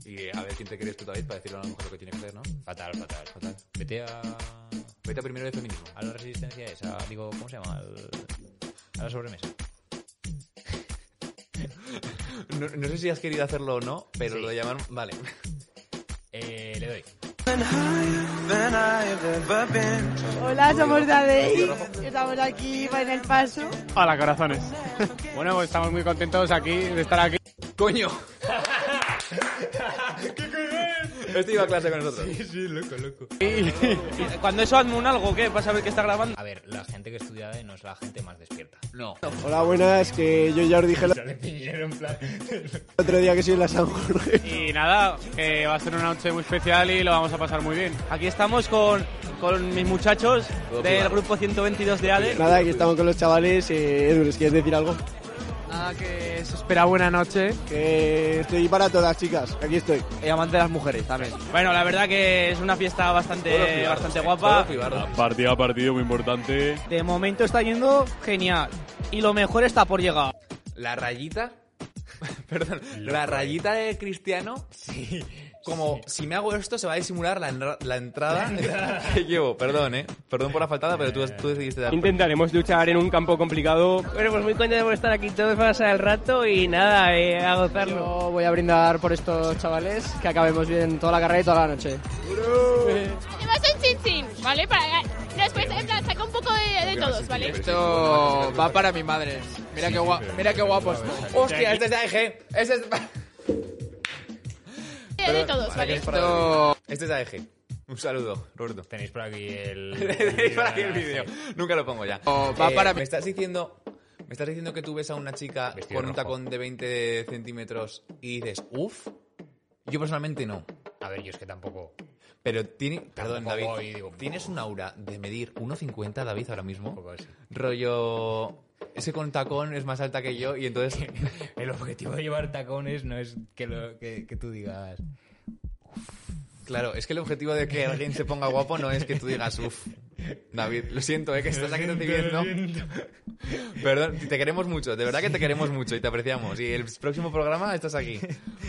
B: Y a ver quién te crees tú, David, para decirle a la mujer lo que tiene que hacer, ¿no?
A: Fatal, fatal.
B: Fatal.
A: Vete a,
B: Vete a primero de feminismo.
A: a la resistencia esa. Digo, ¿cómo se llama? Al- a la sobremesa.
B: No, no sé si has querido hacerlo o no, pero
A: Sí.
B: lo de llamar... Vale.
A: Eh, le doy.
C: been higher than I've ever been.
D: Hola, somos Dadei. Estamos aquí en el paso.
E: Hola, corazones. Bueno, pues estamos muy contentos aquí de estar aquí.
B: ¡Coño! Este iba a clase con nosotros.
F: Cuando eso hazme un algo, ¿qué? ¿Vas a ver que está grabando?
A: A ver, la gente que estudia ADE no es la gente más despierta.
B: No.
G: Hola, buenas, que yo ya os dije el
A: Sale piñero en plan.
G: otro día que soy la San Jorge.
E: Y nada, que va a ser una noche muy especial y lo vamos a pasar muy bien.
F: Aquí estamos con, con mis muchachos del grupo 122 de ADE.
G: Nada, aquí estamos con los chavales. Eh, Edu, ¿les quieres decir algo?
F: Nada, que es
E: Espera buena noche.
G: Que estoy para todas, chicas. Aquí estoy.
F: y amante de las mujeres también. Bueno, la verdad que es una fiesta bastante, bastante guapa.
B: Todo pibardo.
H: Partido a partido, muy importante.
F: De momento está yendo genial. Y lo mejor está por llegar.
B: La rayita. Perdón. la rayita de Cristiano. Sí. Como si me hago esto, se va a disimular la, enra- la entrada que llevo. Perdón, eh. Perdón por la faltada, pero
F: Eh.
B: tú, tú decidiste dar.
E: Intentaremos luchar en un campo complicado.
F: Bueno, pues muy contento por estar aquí todos para pasar el rato y nada, eh, a gozarlo.
D: Yo voy a brindar por estos chavales que acabemos bien toda la carrera y toda la noche.
I: Llevas un chin-chin, ¿vale? Para,
J: eh,
I: después, en plan, saca un poco de, de todos, ¿vale?
D: Esto va para mi madre. Mira qué, guapo, mira qué guapos.
B: Hostia, este es de AEG. Este es.
I: Eh,
J: delante de todos, ¿vale?
B: Esto- Este es AEG. Un saludo, Roberto.
A: Tenéis por aquí
B: Tenéis
A: el.
B: por aquí el vídeo. Nunca lo pongo ya. Eh,
K: Oh, va para-
B: Me estás diciendo. Me estás diciendo que tú ves a una chica
A: Vestido
B: con un
A: rojo.
B: tacón de 20 centímetros y dices, uff. Yo personalmente no.
A: A ver, yo es que tampoco.
B: Pero tiene. Perdón, David.
A: voy, digo,
B: tienes un aura de medir 1,50, David, ahora mismo.
A: poco así.
B: Rollo. Ese con tacón es más alta que yo y entonces.
A: El objetivo de llevar tacones no es que, lo, que, que tú digas.
B: Claro, es que el objetivo de que alguien se ponga guapo no es que tú digas, uff, David, lo siento, eh, que estás aquí recibiendo. Perdón, te queremos mucho, de verdad que te queremos mucho y te apreciamos. Y el próximo programa estás aquí.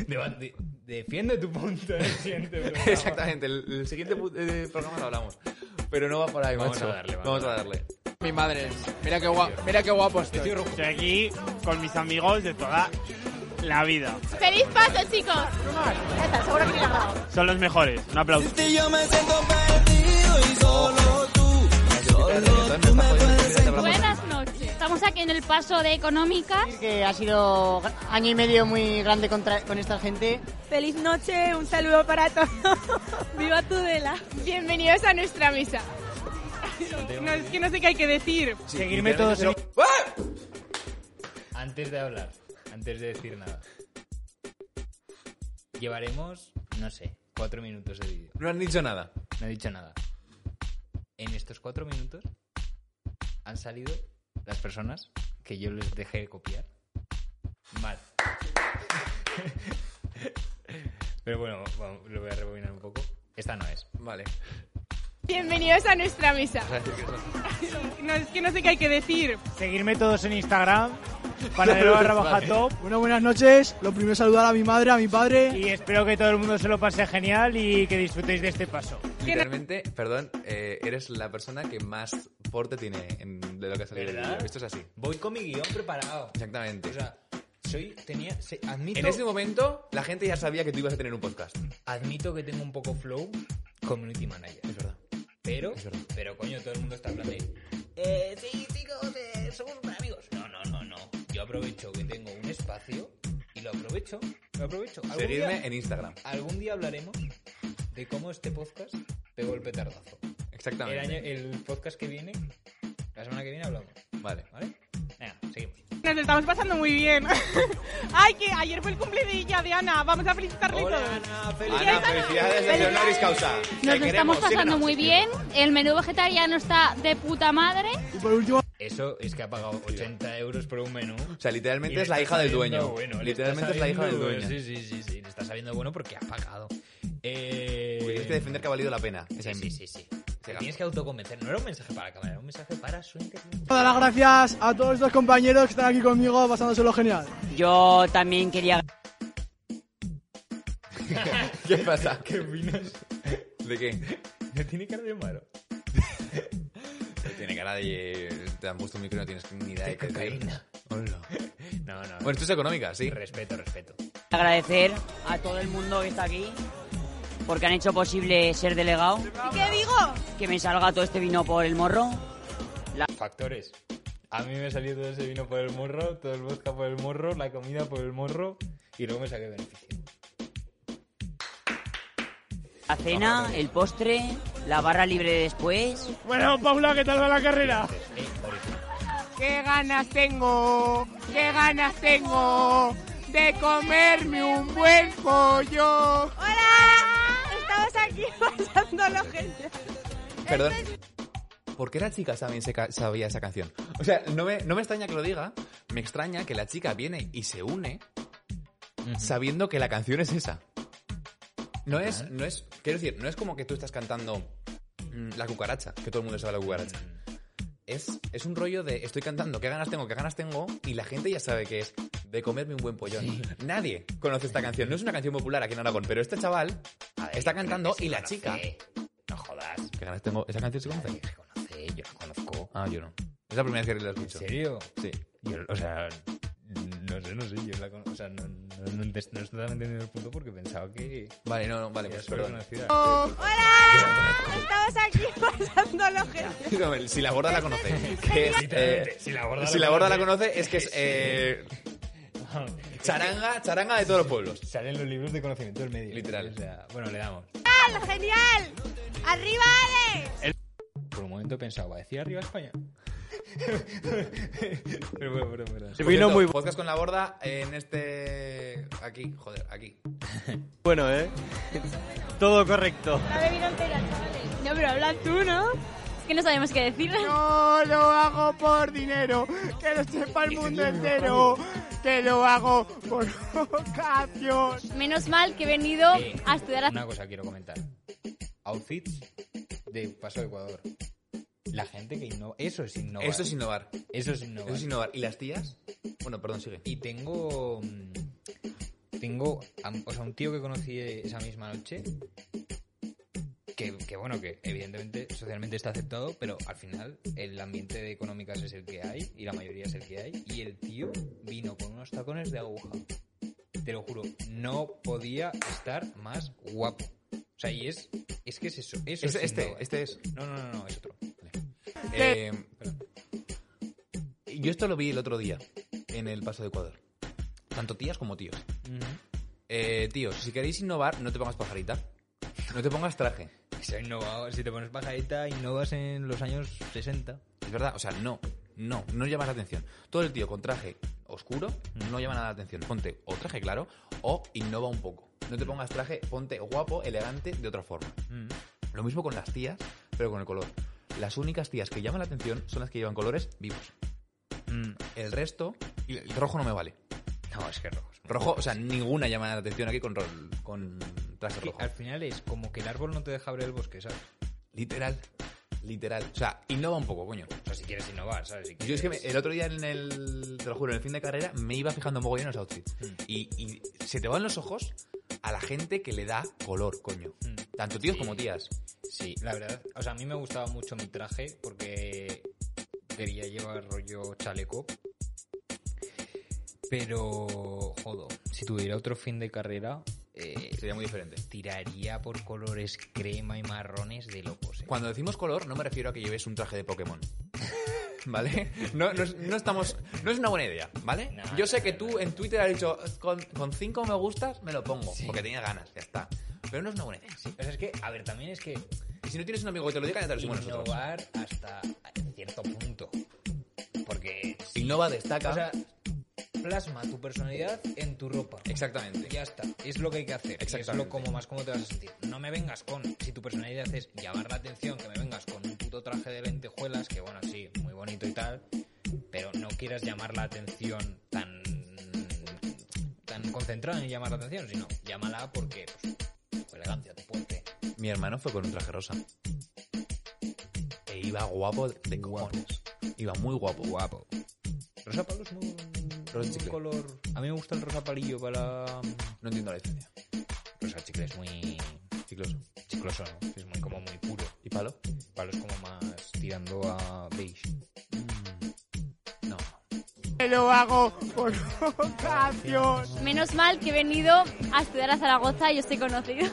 A: Deba- de- defiende tu punto. eh, siente, bro.
B: Exactamente, el, el siguiente pu- eh, programa lo hablamos. Pero no va por ahí,
A: Vamos
B: macho.
A: a darle, vamos
B: vamos
A: a
B: a darle.
K: Mi madre. Mira qué, guapo, mira qué guapo estoy.
L: Estoy aquí con mis amigos de toda la vida.
J: ¡Feliz paso, chicos! Ya está, seguro que me he grabado.
L: Son los mejores. Un aplauso.
M: Y yo me siento perdido y solo tú.
B: Entonces, me está jodiendo, mira, te hablamos.
J: Buenas noches. Estamos aquí en el paso de económicas.
F: que ha sido gra- año y medio muy grande contra- con esta gente.
J: Feliz noche, un saludo para todos. Viva Tudela. Bienvenidos a nuestra misa. No, es que no sé qué hay que decir.
B: Sí,
A: Seguirme
B: literalmente
A: todos eh.
B: cero-
A: Antes de hablar, antes de decir nada. Llevaremos, no sé, cuatro minutos de vídeo.
B: No han dicho nada.
A: No he dicho nada. En estos cuatro minutos han salido las personas que yo les dejé copiar. Mal. Pero bueno, vamos, lo voy a rebobinar un poco. Esta no es.
B: Vale.
J: Bienvenidos a nuestra misa.
B: O sea, es que eso-
J: No, es que no sé qué hay que decir.
L: Seguirme todos en Instagram. Panadero barra baja top.
G: Bueno, buenas noches. Lo primero saludar a mi madre, a mi padre.
L: Y espero que todo el mundo se lo pase genial y que disfrutéis de este paso.
B: Literalmente, perdón, eh, eres la persona que más porte tiene en- de lo que ha salido. del
A: ¿Verdad?
B: vídeo. Esto es así.
A: Voy con mi guión preparado.
B: Exactamente.
A: O sea, soy, tenía, se- admito,
B: En este ese momento, la gente ya sabía que tú ibas a tener un podcast.
A: admito que tengo un poco flow community manager.
B: Es verdad.
A: Pero,
B: Es verdad.
A: pero coño, todo el mundo está hablando de, eh, sí, chicos, eh, somos super amigos. No, no, no, no. Yo aprovecho que tengo un espacio y lo aprovecho, lo aprovecho. Algún
B: Seguidme
A: día-
B: en Instagram.
A: Algún día hablaremos de cómo este podcast pegó el petardazo. El,
B: Exactamente.
A: año, el podcast que viene, la semana que viene hablamos,
B: Vale.
A: ¿vale? Venga, seguimos.
J: Nos lo estamos pasando muy bien. Ay, que ayer fue el cumple de ella, de Ana. Vamos a felicitarle todos.
B: Ana, felicidades de honoris causa.
F: Nos
B: Te
F: lo
B: queremos,
F: estamos pasando
B: síguenos.
F: muy bien. El menú vegetariano está de puta madre.
G: Y por último,
A: Eso es que ha pagado 80 euros por un menú.
B: O sea,
A: Y
B: literalmente
A: le
B: es la
A: está
B: hija del
A: saliendo
B: dueño.
A: bueno, le
B: literalmente
A: está
B: es la hija del
A: saliendo
B: dueño.
A: bueno. Sí, sí, sí, sí. Le está saliendo bueno porque ha pagado. Eh...
B: Tienes que este defender que ha valido la pena.
A: Sí, sí, sí, sí. Te
B: gana.
A: tienes que autoconvencer. No era un mensaje para la cámara, era un mensaje para su internet.
G: dar las gracias a todos estos compañeros que están aquí conmigo pasándoselo genial.
F: Yo también quería
B: ¿Qué pasa?
A: ¿Qué opinas?
B: ¿De qué?
A: No tiene cara de malo.
B: Tiene cara de... eh, Te han puesto un micro y no tienes ni idea de qué decir.
A: cocaína.
B: Hola.
A: No, no.
B: Bueno, esto es económica, sí.
A: Pues, respeto, respeto.
F: agradecer a todo el mundo que está aquí porque han hecho posible ser delegado,
J: ¿Y qué digo?
F: que me salga todo este vino por el morro.
A: Factores. A mí me salió todo ese vino por el morro, todo el vodka por el morro, la comida por el morro y luego me saqué beneficio.
F: La cena, el postre, la barra libre después.
L: Bueno, Paula, ¿qué tal va la carrera?
A: Eh, origen.
K: ¡Qué ganas tengo! ¡Qué ganas tengo! De comerme un buen pollo.
J: ¡Hola! Estamos aquí pasándolo, gente.
B: Perdón. ¿Por qué la chica también se ca- sabía esa canción? O sea, no me, no me extraña que lo diga, me extraña que la chica viene y se une sabiendo que la canción es esa. No es, no es, quiero decir, no es como que tú estás cantando mm, la cucaracha, que todo el mundo sabe la cucaracha. Es, es un rollo de estoy cantando, qué ganas tengo, qué ganas tengo, y la gente ya sabe que es de comerme un buen pollón. Nadie conoce esta canción, no es una canción popular aquí en Aragón, pero este chaval
A: A ver,
B: está
A: yo creo
B: cantando
A: que se
B: y la
A: conoce.
B: chica,
A: No jodas.
B: qué ganas tengo, esa canción se conoce.
A: Nadie se conoce, yo la conozco.
B: Ah, yo no. Es la primera vez que la
A: ¿En
B: escucho.
A: serio?
B: Sí.
A: Yo, o sea, no sé, no sé, yo la conozco. O sea, no, no, no, ent- no estoy tan entendiendo el punto porque pensaba que.
B: Vale, no, no, vale,
A: que era
B: pues
A: súper
B: perdón.
A: conocida.
J: ¡Hola! Estamos aquí pasándolo, gente.
B: No, si la gorda la conoce. que es, eh,
A: Literalmente, si la gorda
B: si
A: la
B: la gorda la
A: conoce.
B: conoce, es que es. eh, Charanga, charanga de todos los pueblos.
A: Salen los libros de conocimiento del medio.
B: Literal.
A: O sea, bueno, le damos.
J: ¡Genial! ¡Genial! ¡Arriba, Ale!
A: Por un momento pensaba, ¿decía arriba España? pero bueno, pero bueno.
B: Por cierto, Podcast con la borda en este. Aquí, joder, aquí.
N: Bueno, ¿eh? Todo correcto.
J: La bebida entera, chavales. No, pero habla tú, ¿no? Es que no sabemos qué decir.
G: No lo hago por dinero, que lo sepa el mundo entero, que lo hago por vocación.
J: Menos mal que he venido
A: Eh,
J: a estudiar a...
A: Una cosa quiero comentar. Outfits de Paso de Ecuador. La gente que innova. Eso es innovar.
B: Eso es innovar.
A: Eso es innovar.
B: Eso es innovar. ¿Y las tías? Bueno, perdón, sigue.
A: Y tengo. mm, Tengo. a- O sea, un tío que conocí esa misma noche. Que, que, bueno, que evidentemente socialmente está aceptado, pero al final el ambiente de económicas es el que hay y la mayoría es el que hay. Y el tío vino con unos tacones de aguja. Te lo juro, no podía estar más guapo. O sea, y es. Es que es eso. eso
B: Este-
A: es
B: este,
A: innovar.
B: este es.
A: No, no, no, no, es otro.
B: Eh, yo esto lo vi el otro día en el Paso de Ecuador. Tanto tías como tíos. Eh, tíos, si queréis innovar, no te pongas pajarita. No te pongas traje.
A: Se ha innovado. Si te pones pajarita, innovas en los años 60.
B: Es verdad, o sea, no. No, no llamas la atención. Todo el tío con traje oscuro no llama nada la atención. Ponte o traje claro o innova un poco. No te pongas traje, ponte guapo, elegante de otra forma.
A: Mm.
B: Lo mismo con las tías, pero con el color. Las únicas tías que llaman la atención son las que llevan colores vivos. El resto, y el rojo no me vale.
A: Mm. No, es que rojo.
B: Rojo, o sea, ninguna llama la atención aquí con, rol- con traje
A: Que
B: rojo.
A: al final es como que el árbol no te deja abrir el bosque, ¿sabes?
B: Literal, literal. O sea, innova un poco, coño.
A: O sea, si quieres innovar, ¿sabes? Si
B: Yo es que me-
A: quieres-
B: el otro día en el, te lo juro, en el fin de carrera me iba fijando mogollón en los outfits.
A: Hmm.
B: Y, y se te van los ojos a la gente que le da color, coño. Tanto tíos
A: Hmm. Sí.
B: como tías.
A: Sí, la verdad. O sea, a mí me gustaba mucho mi traje porque quería llevar rollo chaleco. Pero, jodo, si tuviera otro fin de carrera... eh,
B: Sería muy diferente.
A: Tiraría por colores crema y marrones de locos, ¿eh?
B: Cuando decimos color, no me refiero a que lleves un traje de Pokémon. ¿Vale? No, no, es- no estamos. No es una buena idea, ¿vale?
A: No,
B: Yo sé
A: no,
B: que
A: no,
B: tú
A: no.
B: en Twitter has dicho con, con cinco me gustas, me lo pongo. Porque tenía ganas, ya está. Pero no es una buena idea.
A: O sea, es que, a ver, también es que
B: Y si no tienes un amigo que te lo diga, ya te lo decimos nosotros.
A: innovar hasta cierto punto. Porque...
B: Innova, destaca.
A: O sea, plasma tu personalidad en tu ropa.
B: Exactamente.
A: Ya está, es lo que hay que hacer. y Es
B: Exactamente.
A: lo como más cómo te vas a sentir. No me vengas con, si tu personalidad es llamar la atención, que me vengas con un puto traje de lentejuelas, que bueno, sí, muy bonito y tal, pero no quieras llamar la atención tan tan concentrado en llamar la atención, sino llámala porque pues, con elegancia, tu puente.
B: Mi hermano fue con un traje rosa. E iba guapo de cojones. Iba muy guapo.
A: Guapo. Rosa palo es muy,
B: Rosa
A: un
B: chicle.
A: color... A mí me gusta el rosa palillo para...
B: No entiendo la diferencia.
A: Rosa chicle es muy
B: Chicloso.
A: chicloso, ¿no? Es muy como muy puro.
B: ¿Y palo?
A: Palo es como más tirando a beige.
B: No.
G: Que lo hago por vocación.
J: Menos mal que he venido a estudiar a Zaragoza y estoy conocido.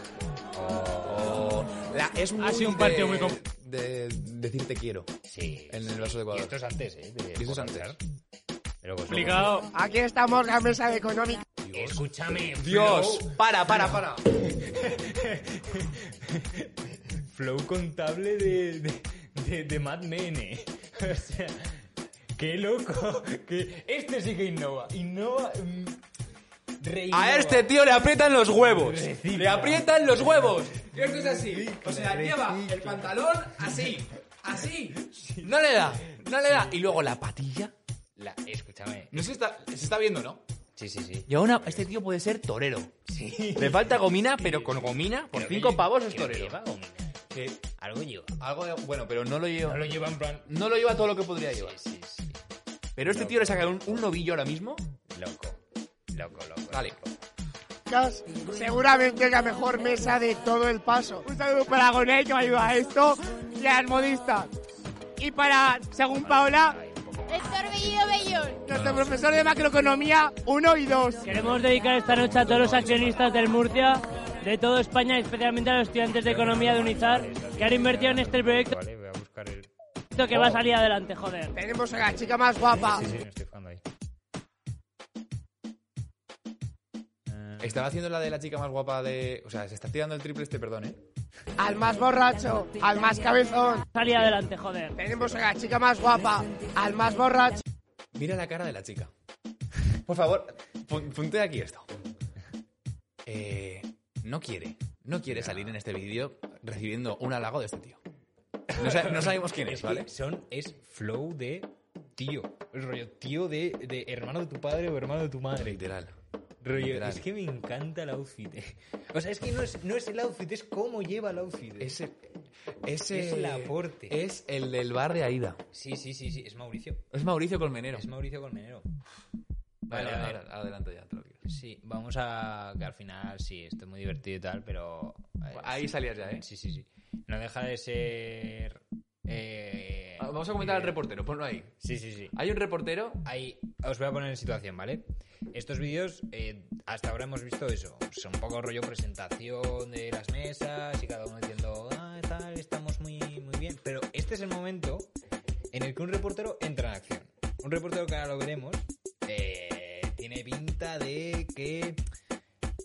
B: Oh, La- es muy
E: Ha sido un
B: de-
E: partido muy compl-
B: de decirte quiero.
A: Sí.
B: En el vaso
A: Y
B: de Ecuador.
A: esto es antes, ¿eh? De
B: Y eso es antes.
A: Pero pues,
E: Complicado.
G: Aquí estamos la mesa económica.
A: Escúchame.
B: Dios, para, para, para.
A: Flow, flow contable de, de, de, de Mad Men, ¿eh? O sea, qué loco. Que este sí que innova. Innova. mm, reinnova.
B: A este tío le aprietan los huevos.
A: Recicla.
B: Le aprietan los huevos. Esto es así. O sea, lleva el pantalón así. Así. No le da. No le da. Y luego la patilla.
A: La- escúchame.
B: No se está, se está viendo, ¿no?
A: Sí, sí, sí.
B: Y ahora este tío puede ser torero.
A: Sí.
B: Le falta gomina, pero con gomina, por
A: Creo que
B: cinco
A: lle-
B: pavos es
A: creo que
B: torero.
A: lleva gomina. Algo lleva.
B: Algo de- bueno, pero no lo lleva.
A: No lo lleva en plan.
B: No lo lleva todo lo que podría llevar.
A: Sí, sí, sí.
B: Pero este tío le saca un, un novillo ahora mismo.
A: Loco. Loco, loco.
B: Vale.
G: Chicas, Seguramente la mejor mesa de todo el paso. Un saludo para Gonel que me ayuda a esto y al modista. Y para, según Paola,
J: Héctor Bellido Bellón.
G: nuestro profesor de macroeconomía 1 y 2.
N: Queremos dedicar esta noche a todos los accionistas del Murcia, de toda España, especialmente a los estudiantes de economía de Unizar, que han invertido en este proyecto
A: Vale, voy a buscar el.
N: que va a salir adelante, joder.
G: Tenemos a la chica más guapa.
A: Sí, sí, me estoy fijando ahí.
B: Estaba haciendo la de la chica más guapa de. O sea, se está tirando el triple este, perdón, ¿eh?
G: Al más borracho, al más cabezón.
N: Salí adelante, joder.
G: Tenemos a la chica más guapa, al más borracho.
B: Mira la cara de la chica. Por favor, pun- puntea aquí esto. Eh, no quiere, no quiere salir en este vídeo recibiendo un halago de este tío. No, sa- no sabemos quién es,
A: que
B: ¿vale?
A: Son, es flow de tío. El rollo tío de, de hermano de tu padre o hermano de tu madre.
B: Literal.
A: Rollo,
B: Literal.
A: es que me encanta el outfit. eh. O sea, es que no es, no es el outfit, es cómo lleva el outfit. eh.
B: Ese, ese
A: Es el aporte.
B: Es el del bar de Aida.
A: Sí, sí, sí, sí, es Mauricio.
B: Es Mauricio Colmenero.
A: Es Mauricio Colmenero.
B: Vale,
A: Vale, a ver.
B: ahora- ahora adelante ya, te lo digo.
A: Sí, vamos a... que al final sí, esto es muy divertido y tal, pero... eh,
B: Ahí salías ya, ¿eh?
A: Sí, sí, sí. No deja de ser... eh,
B: Ah, Vamos a comentar al reportero, ponlo ahí.
A: Sí, sí, sí.
B: Hay un reportero.
A: Ahí, os voy a poner en situación, ¿vale? Estos vídeos, eh, hasta ahora hemos visto eso. Son un poco rollo presentación de las mesas y cada uno diciendo, ah, tal, estamos muy, muy bien. Pero este es el momento en el que un reportero entra en acción. Un reportero que ahora lo veremos, eh, tiene pinta de que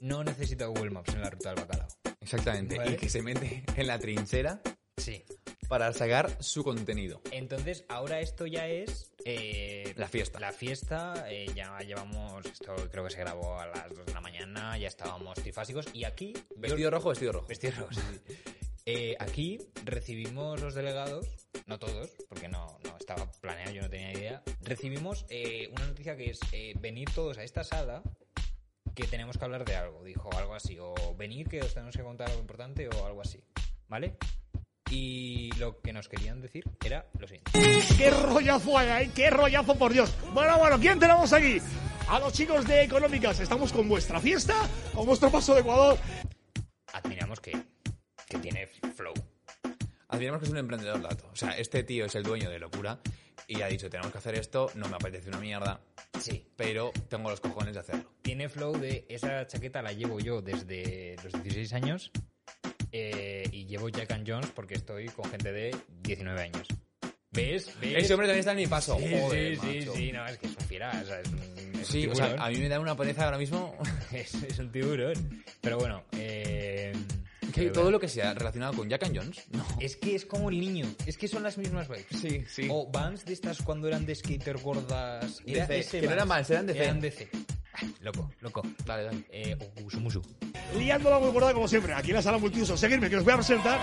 A: no necesita Google Maps en la ruta del bacalao.
B: Exactamente.
A: Vale.
B: Y que se mete en la trinchera
A: Sí.
B: para sacar su contenido.
A: Entonces, ahora esto ya es... eh,
B: La fiesta.
A: La fiesta, eh, ya llevamos, esto creo que se grabó a las 2 de la mañana, ya estábamos trifásicos y aquí...
B: Vestido rojo, vestido rojo.
A: Vestidos rojos, sí, sí. Eh, aquí recibimos los delegados, no todos, porque no, no estaba planeado, yo no tenía idea. Recibimos eh, una noticia que es eh, venir todos a esta sala que tenemos que hablar de algo, dijo algo así, o venir que os tenemos que contar algo importante o algo así, ¿vale? Y lo que nos querían decir era lo siguiente.
L: ¡Qué rollazo hay ahí! ¡Qué rollazo, por Dios! Bueno, bueno, ¿quién tenemos aquí? A los chicos de Económicas. Estamos con vuestra fiesta, con vuestro paso de Ecuador.
A: Admiramos que, que tiene flow.
B: Admiramos que es un emprendedor dato. O sea, este tío es el dueño de locura y ha dicho, tenemos que hacer esto, no me apetece una mierda,
A: Sí,
B: pero tengo los cojones de hacerlo.
A: tiene flow de esa chaqueta la llevo yo desde los 16 años eh, y llevo Jack and Jones porque estoy con gente de 19 años. ¿Ves? ¿Ves?
B: Ese hombre también está en mi paso.
A: Sí,
B: Joder,
A: sí, sí,
B: macho.
A: sí, no, es que es un fiera, o sea, es un, es un
B: Sí, o sea,
A: tiburón.
B: a mí me da una pereza ahora mismo
A: es, es un tiburón. Pero bueno, eh,
B: que
A: pero
B: todo
A: bueno.
B: lo que sea relacionado con Jack and Jones. No.
A: Es que es como el niño, es que son las mismas vibes.
B: Sí, sí.
A: O Vans de estas cuando eran de skater gordas.
B: De C, que no eran Vans, eran de C.
A: Eran DC. Loco, loco.
B: Dale, dale.
A: Eh, o Gusumusu.
L: Liándola muy gorda como siempre. Aquí en la sala multiuso. Seguidme, que os voy a presentar.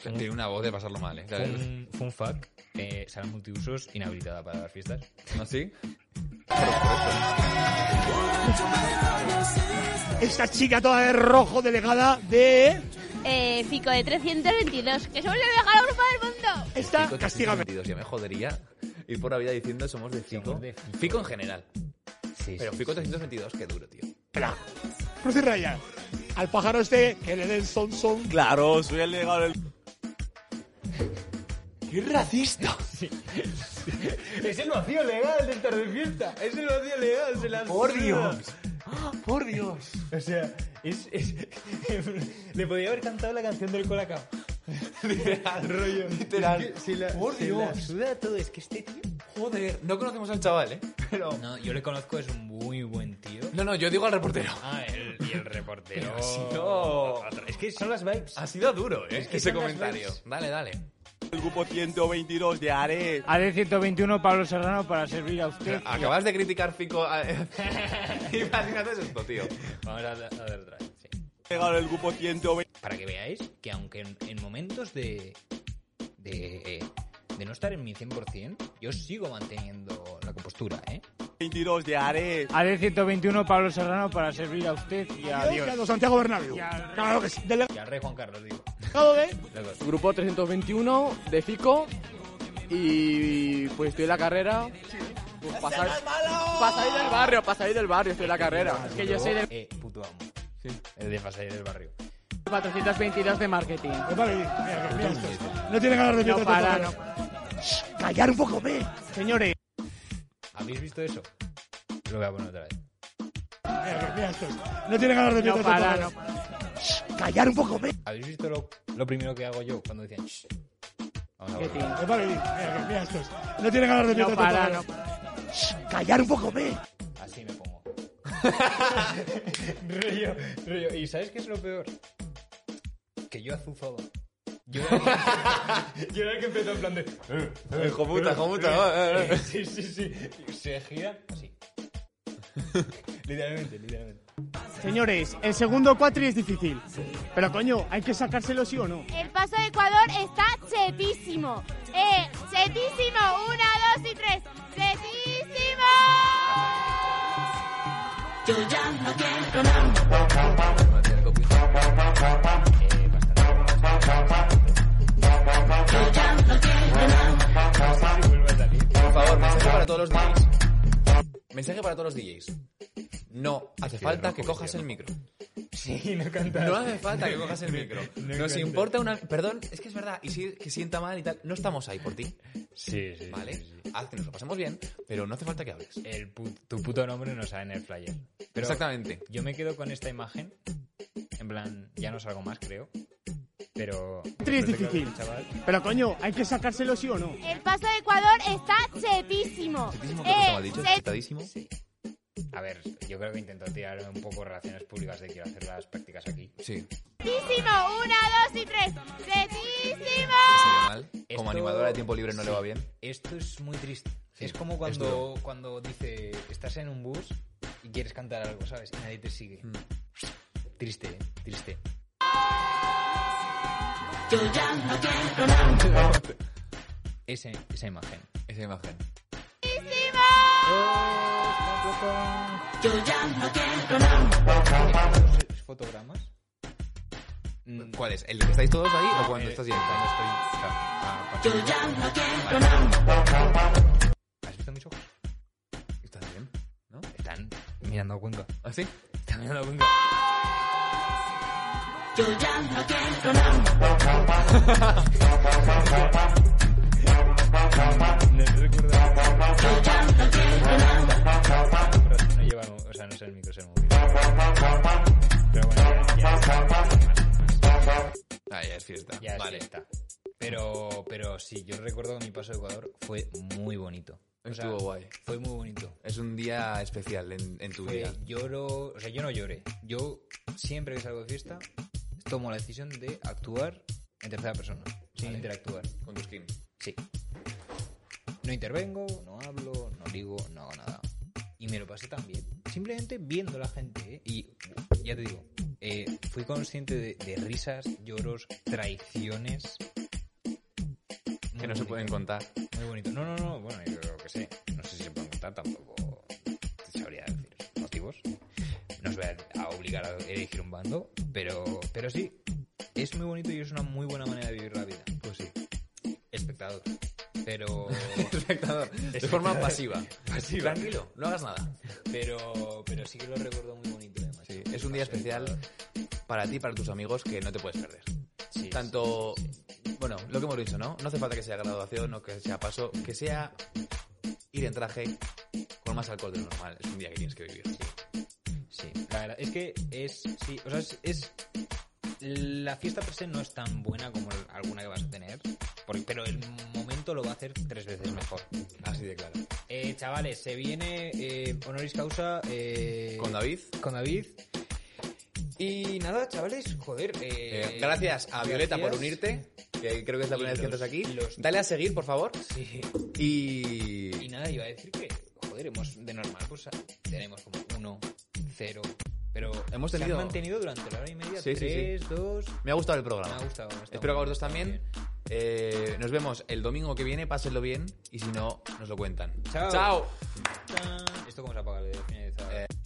B: Tiene una voz de pasarlo mal, ¿eh? Dale.
A: Fun, fun fact, eh, sala multiusos inhabilitada para las fiestas.
B: ¿No sí?
L: Esta chica toda de rojo, delegada de...
J: Eh, Fico de 322, que somos el mejor grupo del mundo.
L: Esta,
B: Fico
L: castígame.
B: 322, Ya me jodería ir por la vida diciendo somos de Fico.
A: Somos de
B: Fico.
A: Fico.
B: en general.
A: Sí,
B: Pero Fico 322, qué duro, tío.
L: Espera. Cruz y raya. Al pájaro este, que le den son son.
H: Claro, soy el legado del...
L: ¡Qué racista!
A: Es el vacío legal de estar de fiesta. Es el vacío legal, se la
L: ¡Por Dios!
B: ¡Ah,
L: ¡Por Dios!
A: O sea, es, es- Le podía haber cantado la canción del Colacao. Literal, rollo.
B: literal.
A: Es que se la-
B: Por
A: se
B: Dios.
A: la suda todo. Es que este tío.
B: Joder, no conocemos al chaval, ¿eh? Pero...
A: No, yo le conozco, es un muy buen tío.
B: No, no, yo digo al reportero.
A: Ah, el, y el reportero.
B: Ha sido-
A: Es que son las vibes.
B: Ha sido duro, ¿eh?
A: Es que
B: Ese
A: son las
B: comentario.
A: veces.
B: Dale, dale.
H: El grupo 122 de Are.
O: AD 121 Pablo Serrano para servir a usted.
B: Acabas de criticar Fico... a- Imagínate esto, tío.
A: Vamos a, a ver otra vez. sí.
H: Legado del grupo 120.
A: para que veáis que aunque en, en momentos de, de de no estar en mi 100%, yo sigo manteniendo la compostura, ¿eh?
H: 22 de Are.
O: AD 121 Pablo Serrano para servir a usted y a
L: Adiós.
O: Dios.
L: Santiago Santiago Bernabéu. Claro que sí. Delegado
A: Ya rey Juan Carlos, digo.
L: de...
A: Luego,
D: Grupo 321 de Fico. Y pues estoy en la carrera. Pues pasar, pasáis del barrio, pasáis del barrio, estoy en la carrera. Es que yo soy del
A: Eh, puto amo. El de Pasay del Barrio.
D: 422 de marketing.
L: Eh, Vale, mira, mira esto. No tiene ganas de
D: No
L: fiesta.
D: para, no.
L: tampoco. Callar un poco, ve. Señores.
A: ¿Habéis visto eso? Lo voy a poner otra vez.
L: Mira, mira esto. No tiene ganas de
D: No
L: fiesta.
D: para, no.
L: tampoco. Callar un poco, ve.
A: ¿Habéis visto lo, lo primero que hago yo cuando decían "Shh"? Vamos a
D: Marketing.
A: ver.
L: Vale, mira, mira esto. No tiene ganas de
D: No
L: fiesta.
D: para, no.
L: tampoco. Callar un poco, ve.
A: Así me pongo. rollo, rollo. ¿Y sabes qué es lo peor? Que yo azuzaba. Yo, yo era el que empezó en plan de... "Eh, eh,
B: Hijo puta,
A: eh,
B: hijo puta,
A: eh".
B: eh, eh.
A: Sí, sí, sí. Y Se gira así. literalmente, literalmente.
G: Señores, el segundo cuatri es difícil. Pero coño, ¿hay que sacárselo sí o no?
J: El paso de Ecuador está chetísimo. Eh, chetísimo. Una, dos y tres. ¡Chetísimo! Yo ya no quiero
B: Por favor, mensaje para todos los DJs. Mensaje para todos los DJs. No hace falta que cojas el micro.
A: Sí, no cantas.
B: No hace falta que cojas el micro.
A: No
B: Nos
A: cantas.
B: importa una... Perdón, es que es verdad. Y si que sienta mal y tal, no estamos ahí por ti.
A: Sí, sí.
B: ¿Vale? Haz que nos lo pasemos bien, pero no hace falta que hables.
A: El put- tu puto nombre no sale en el flyer. Pero
B: Exactamente.
A: Yo me quedo con esta imagen. En plan, ya no salgo más, creo. Pero.
G: Cuatri es
A: pero creo que
G: difícil.
A: el chaval-
G: Pero coño, ¿hay que sacárselo sí o no?
J: El paso de Ecuador está chetísimo.
B: ¿Chetísimo
J: Eh,
B: que mal dicho?
J: chet-
B: ¿Chetadísimo?
A: A ver, yo creo que intento tirar un poco relaciones públicas de quiero hacer las prácticas aquí.
B: Sí.
J: Chetísimo. Una, dos y tres. Chetísimo.
B: mal. Como animadora de tiempo libre no le va bien.
A: Esto es muy triste. es como
B: es
A: cuando,
B: duro.
A: cuando dice, estás en un bus y quieres cantar algo, ¿sabes? Y nadie te sigue. Triste, ¿eh? triste. Ese- esa imagen.
B: Esa imagen.
A: ¿Los fotogramas?
B: ¿Cuál es? ¿El de que estáis todos ahí o cuando
A: Eh,
B: estás yendo?
A: cuando estoy-
B: Ah, ah,
A: Yo
B: para-
A: ya no quiero ¿Has visto mis ojos?
B: ¿Estás bien? ¿No?
A: Están mirando a Cuenca.
B: ¿Ah, sí?
A: Están mirando a Cuenca. No recuerdo. No lleva, o sea, no es el micro, es el móvil. Pero bueno, ya, ya-
B: Ah, ya es fiesta.
A: ya es
B: vale.
A: fiesta. Pero, pero sí, yo recuerdo que mi paso de Ecuador fue muy bonito. O sea,
B: Estuvo guay.
A: Fue muy bonito.
B: Es un día especial en, en tu
A: Fue
B: vida.
A: Eh, lloro, o sea, yo no lloré. Yo siempre que salgo de fiesta tomo la decisión de actuar en tercera persona, sin
B: Vale.
A: interactuar.
B: Con tu skin.
A: Sí. No intervengo, no hablo, no digo, no hago nada. Y me lo pasé tan bien. Simplemente viendo a la gente. ¿eh? Y ya te digo, eh, fui consciente de, de risas, lloros, traiciones. Muy
B: Que no se
A: bonito,
B: pueden contar.
A: Muy bonito. No, no, no. Bueno, yo creo que sé. No sé si se pueden contar tampoco. te Sabría decir motivos. No os voy a- a obligar a elegir un bando. Pero, pero sí, es muy bonito y es una muy buena manera de vivir la vida.
B: Pues sí.
A: Espectador. Pero.
B: Espectador. De forma pasiva.
A: Pasiva.
B: Tranquilo, no hagas nada.
A: Pero, pero sí que lo recuerdo muy bonito, además.
B: Sí, es un día especial para ti y para tus amigos que no te puedes perder.
A: Sí,
B: Tanto, bueno, lo que hemos dicho, ¿no? No hace falta que sea graduación o que sea paso, que sea ir en traje con más alcohol de lo normal. Es un día que tienes que vivir.
A: Sí, la verdad. Es que es. Sí, o sea, es. es- la fiesta per se no es tan buena como el- alguna que vas a tener, por- pero el momento lo va a hacer tres veces mejor.
B: Así de claro.
A: Eh, chavales, se viene eh, honoris causa eh,
B: Con David.
A: Con David. Y nada, chavales, joder. eh,
B: Eh, gracias a Violeta
A: gracias.
B: por unirte, que creo que es la
A: Y
B: primera vez que
A: los-
B: entras aquí.
A: y los-
B: Dale a seguir, por favor.
A: Sí.
B: Y...
A: Y nada, iba a decir que, joder, hemos, de normal, pues tenemos como uno, cero, pero
B: Hemos
A: se
B: tenido-
A: han mantenido durante la hora y media,
B: Sí, sí, sí.
A: tres, dos...
B: Me ha gustado el programa.
A: Me ha gustado, está
B: Espero que a
A: muy
B: vosotros
A: bien,
B: también. Eh, nos vemos el domingo que viene, pásenlo bien y si no, nos lo cuentan.
A: Chao.
B: Chao.
A: Tan. ¿Esto cómo se apaga? Le doy a finalizar.
B: Eh,